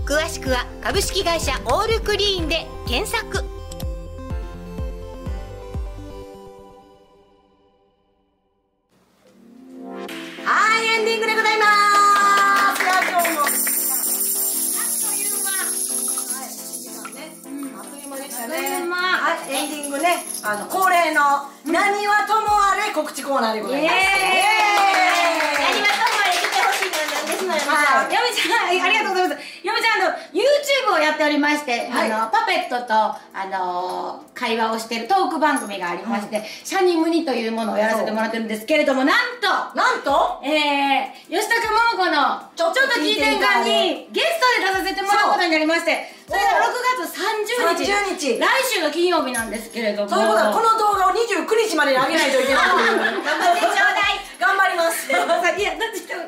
S2: 詳しくは株式会社オールクリーンで検索
S1: はいエンディングでございますいや今日もあっという間はい時間ねあっという間でした
S3: あ
S1: ね
S3: っという間
S1: はいエンディングねあの恒例の「何はともあれ」告知コーナーでございます
S3: イエーイ
S1: イエー
S2: 何
S1: イ
S2: はともあれ来てほしいのは何ですのよ
S3: はい、やめちゃん、はいありがとうございます。やめちゃん、あの、YouTube をやっておりまして、
S1: はい
S3: あの、パペットと、あのー会話をしているトーク番組がありまして、シャニムニというものをやらせてもらってるんですけれども、なんと、
S1: なんと
S3: えー、吉高桃子の、
S1: ちょっと聞いてみたい
S3: に、ゲストで出させてもらうことになりまして、それが6月30日。
S1: 30日
S3: 来週の金曜日なんですけれども。
S1: ということはこの動画を29日までに上げないといけない頑張ってちょうだい頑張ります
S3: いや、だって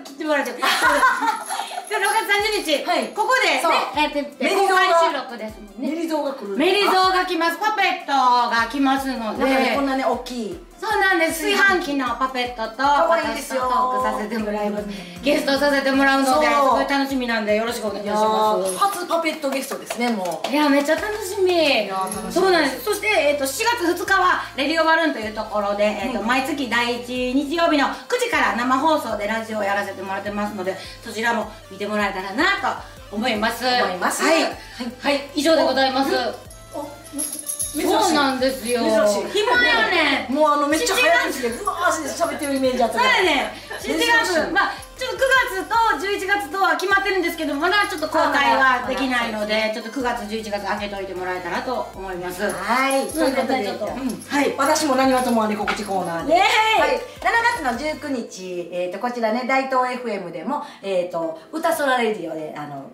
S3: 切ってもらっちゃう。6月30日、
S1: はい
S3: ここでね
S1: そう、
S3: えー、
S1: メリゾ
S3: 公
S1: ーが
S3: 開収録ですもん
S1: メ
S3: ね。
S1: リゾーが来る
S3: メリゾーが来ます、パペットが来ますの
S1: あ
S3: で
S1: なんか、ねこんなね大きい
S3: そうなんです、炊飯器のパペットと
S1: 愛いんで
S3: 私
S1: す
S3: と
S1: よ
S3: トークさせてもらいます。ゲストさせてもらうので、す
S1: そう
S3: ごい楽しみなんでよろしくお願いし
S1: いや
S3: ま
S1: ー
S3: す。
S1: 初パペットゲストですねもう
S3: いやめっちゃ楽しみ
S1: 楽しみ
S3: そうなんですそして、えっと4月2日は「レディオバルーン」というところで、えっと毎月第1日曜日の9時から生放送でラジオをやらせてもらってますのでそちらも見てもらえたらなと思います
S1: 思います
S3: はい、
S1: は
S3: はいい以上でございます
S1: お
S3: そうなんですよ
S1: 珍しい
S3: 暇やねん
S1: もうあのめっちゃ早口でうわーって喋ってるイメージあった
S3: そうやね
S1: 珍
S3: 7
S1: しい
S3: 月まあちょっと9月と11月とは決まってるんですけどまだちょっと公開はできないのでちょっと9月11月開けといてもらえたらと思います
S1: はいということで
S3: ちょっと
S1: うん
S3: はい
S1: 私も何はともあれ告知コーナーで
S3: イエーイ
S1: はい、7月の19日、えー、とこちらね大東 FM でも「えー、と歌空レディオで」あの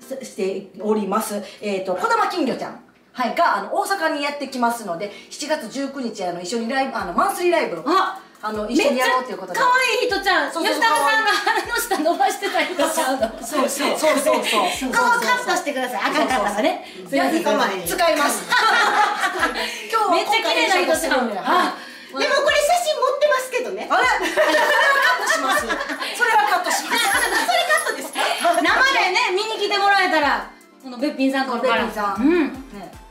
S1: すしております、えー、と児玉金魚ちゃんはい、があの大阪にやってきますので7月19日あの一緒にライブあのマンスリーライブを
S3: あ
S1: あの一緒にやろうということで
S3: めっちゃ可愛い人ちゃん
S1: そうそう
S3: 吉高さんが鼻の下伸ばしてた人ちゃうの
S1: そうそうそうそうそう
S3: ここカットしてください赤かったらね
S1: いや、いいかま使い ます。今日は
S3: めっちゃ綺麗な人ちゃう
S1: 今回
S3: あ
S2: でもこれ写真持ってま
S3: のべっぴんさん
S1: こ
S3: こ
S1: の
S3: か
S1: べっ
S3: ら
S1: ぴんさん、
S3: うん
S1: ね、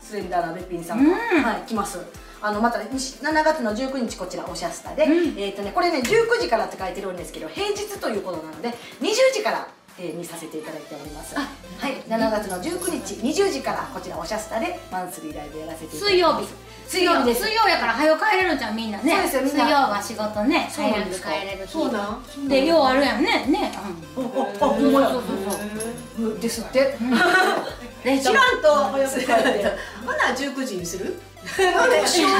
S1: スレンダーなべっぴんさんが、
S3: うん
S1: はい、来ますあのまた西7月の19日こちらおしゃスタで、
S3: うん
S1: えっ、とねこれね19時からって書いてるんですけど平日ということなので20時から、えーにさせていただいておりますはい7月の19日20時からこちらおしゃスタでマンスリーライブやらせていた
S3: 水
S1: だき
S3: 曜
S1: ま
S3: 日
S1: す水曜日です
S3: 水曜やから早よ帰れるじゃんみんなね
S1: そうですよみんな
S3: 水曜は仕事ね
S1: そう
S3: 早
S1: なん
S3: く
S1: です
S3: 帰
S1: よ
S3: れる日
S2: そうなん
S3: でようあるやんねね
S1: おおあほんまや
S3: そうそうそう
S1: うんですって、
S3: で
S2: 知らんと早く帰って ほな19時にするなんで
S3: いやいやいっぱい引っ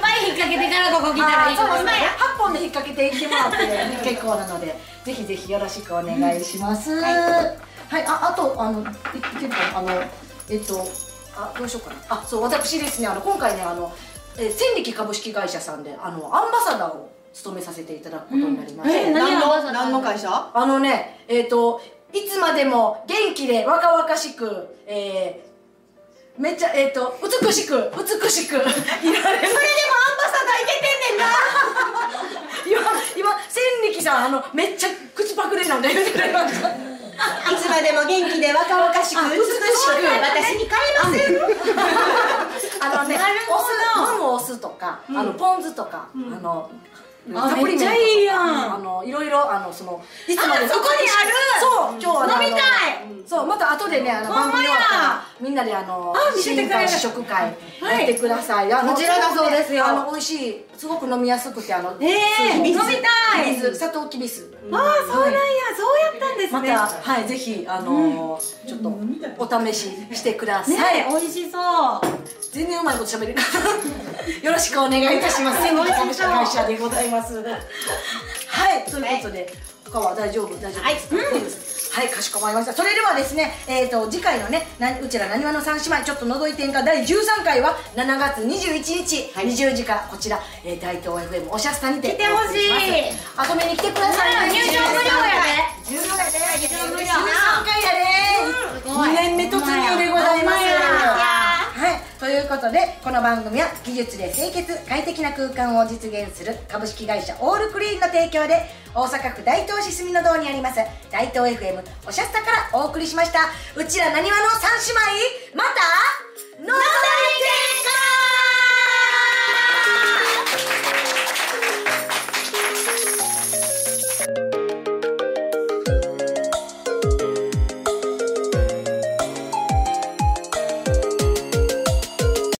S3: 掛けてからここ来たらいい
S1: そうですね8本で引っ掛けていってもらって結構なの でぜひぜひよろしくお願いします、はい、ああとあのいいけるかなあのえっとあどうしようかなあそう私ですねあの今回ねあの、えー千力株式会社さんであのアンバサダーを務めさせていただくことになりまして、
S3: うんえ何
S2: 何
S3: やわ
S2: の
S3: ざわざ
S2: 何の会社
S1: あのねえっ、といつまでも元気で若々しく、えーめっちゃえっ、と美しく美しくいられる
S2: それでもアンバサダーいけてんねんな
S1: 今今千力さんあのめっちゃ口パクリなんだよね
S2: いつまでも元気で若々しく
S1: あ
S2: 美しく私に変えません
S1: あのね
S3: なるほ
S1: お
S3: ど
S1: 酢飲むお酢とか、あのポン酢とか、あの
S3: あ
S1: サプリメントとか
S3: めっちゃいいやん
S1: うあのいろいろあのそのいつ
S3: あそこにある
S1: そう今日はねあの
S3: 飲みた
S1: そうまた後でねあの
S3: ほんまや
S1: 番組終わったらみんなであの
S3: あ見せてくれ
S1: 新
S3: る
S1: 刊試食会やってください、あの
S3: こちらだそうですよ
S1: あの美味しいすごく飲みやすくてあの
S3: ええ
S1: 水
S3: 飲みたい
S1: 水砂糖きび酢
S3: ああそうなんやそうやったんです
S1: ま
S3: ね
S1: た、はい、ぜひ、あのーちょっとお試ししてください。
S3: ね美味しそう
S1: 全然うまいこと喋れない。よろしくお願いいた します。専門家の会社でございます。はい、ということで、他は大丈夫、大丈夫です。はい、はい、かしこまりました。それではですね、えっ、と、次回のね、なうちらなにわの三姉妹、ちょっと覗いてんか、第13回は7月21日、20時から、こちら、えー、大東 FM おしゃスタにて、
S3: 来てほしい
S1: 遊びに来てくださ
S3: う
S1: い、
S3: ん入場無料や
S1: で。13回やで。
S3: 入場無料
S1: 13回やで。
S3: すごい
S1: 2年目突入でございます。
S3: ほんまや
S1: はい、ということでこの番組は技術で清潔快適な空間を実現する株式会社オールクリーンの提供で大阪府大東市住の堂にあります大東 FM おしゃスタからお送りしましたうちらなにわの3姉妹またのんで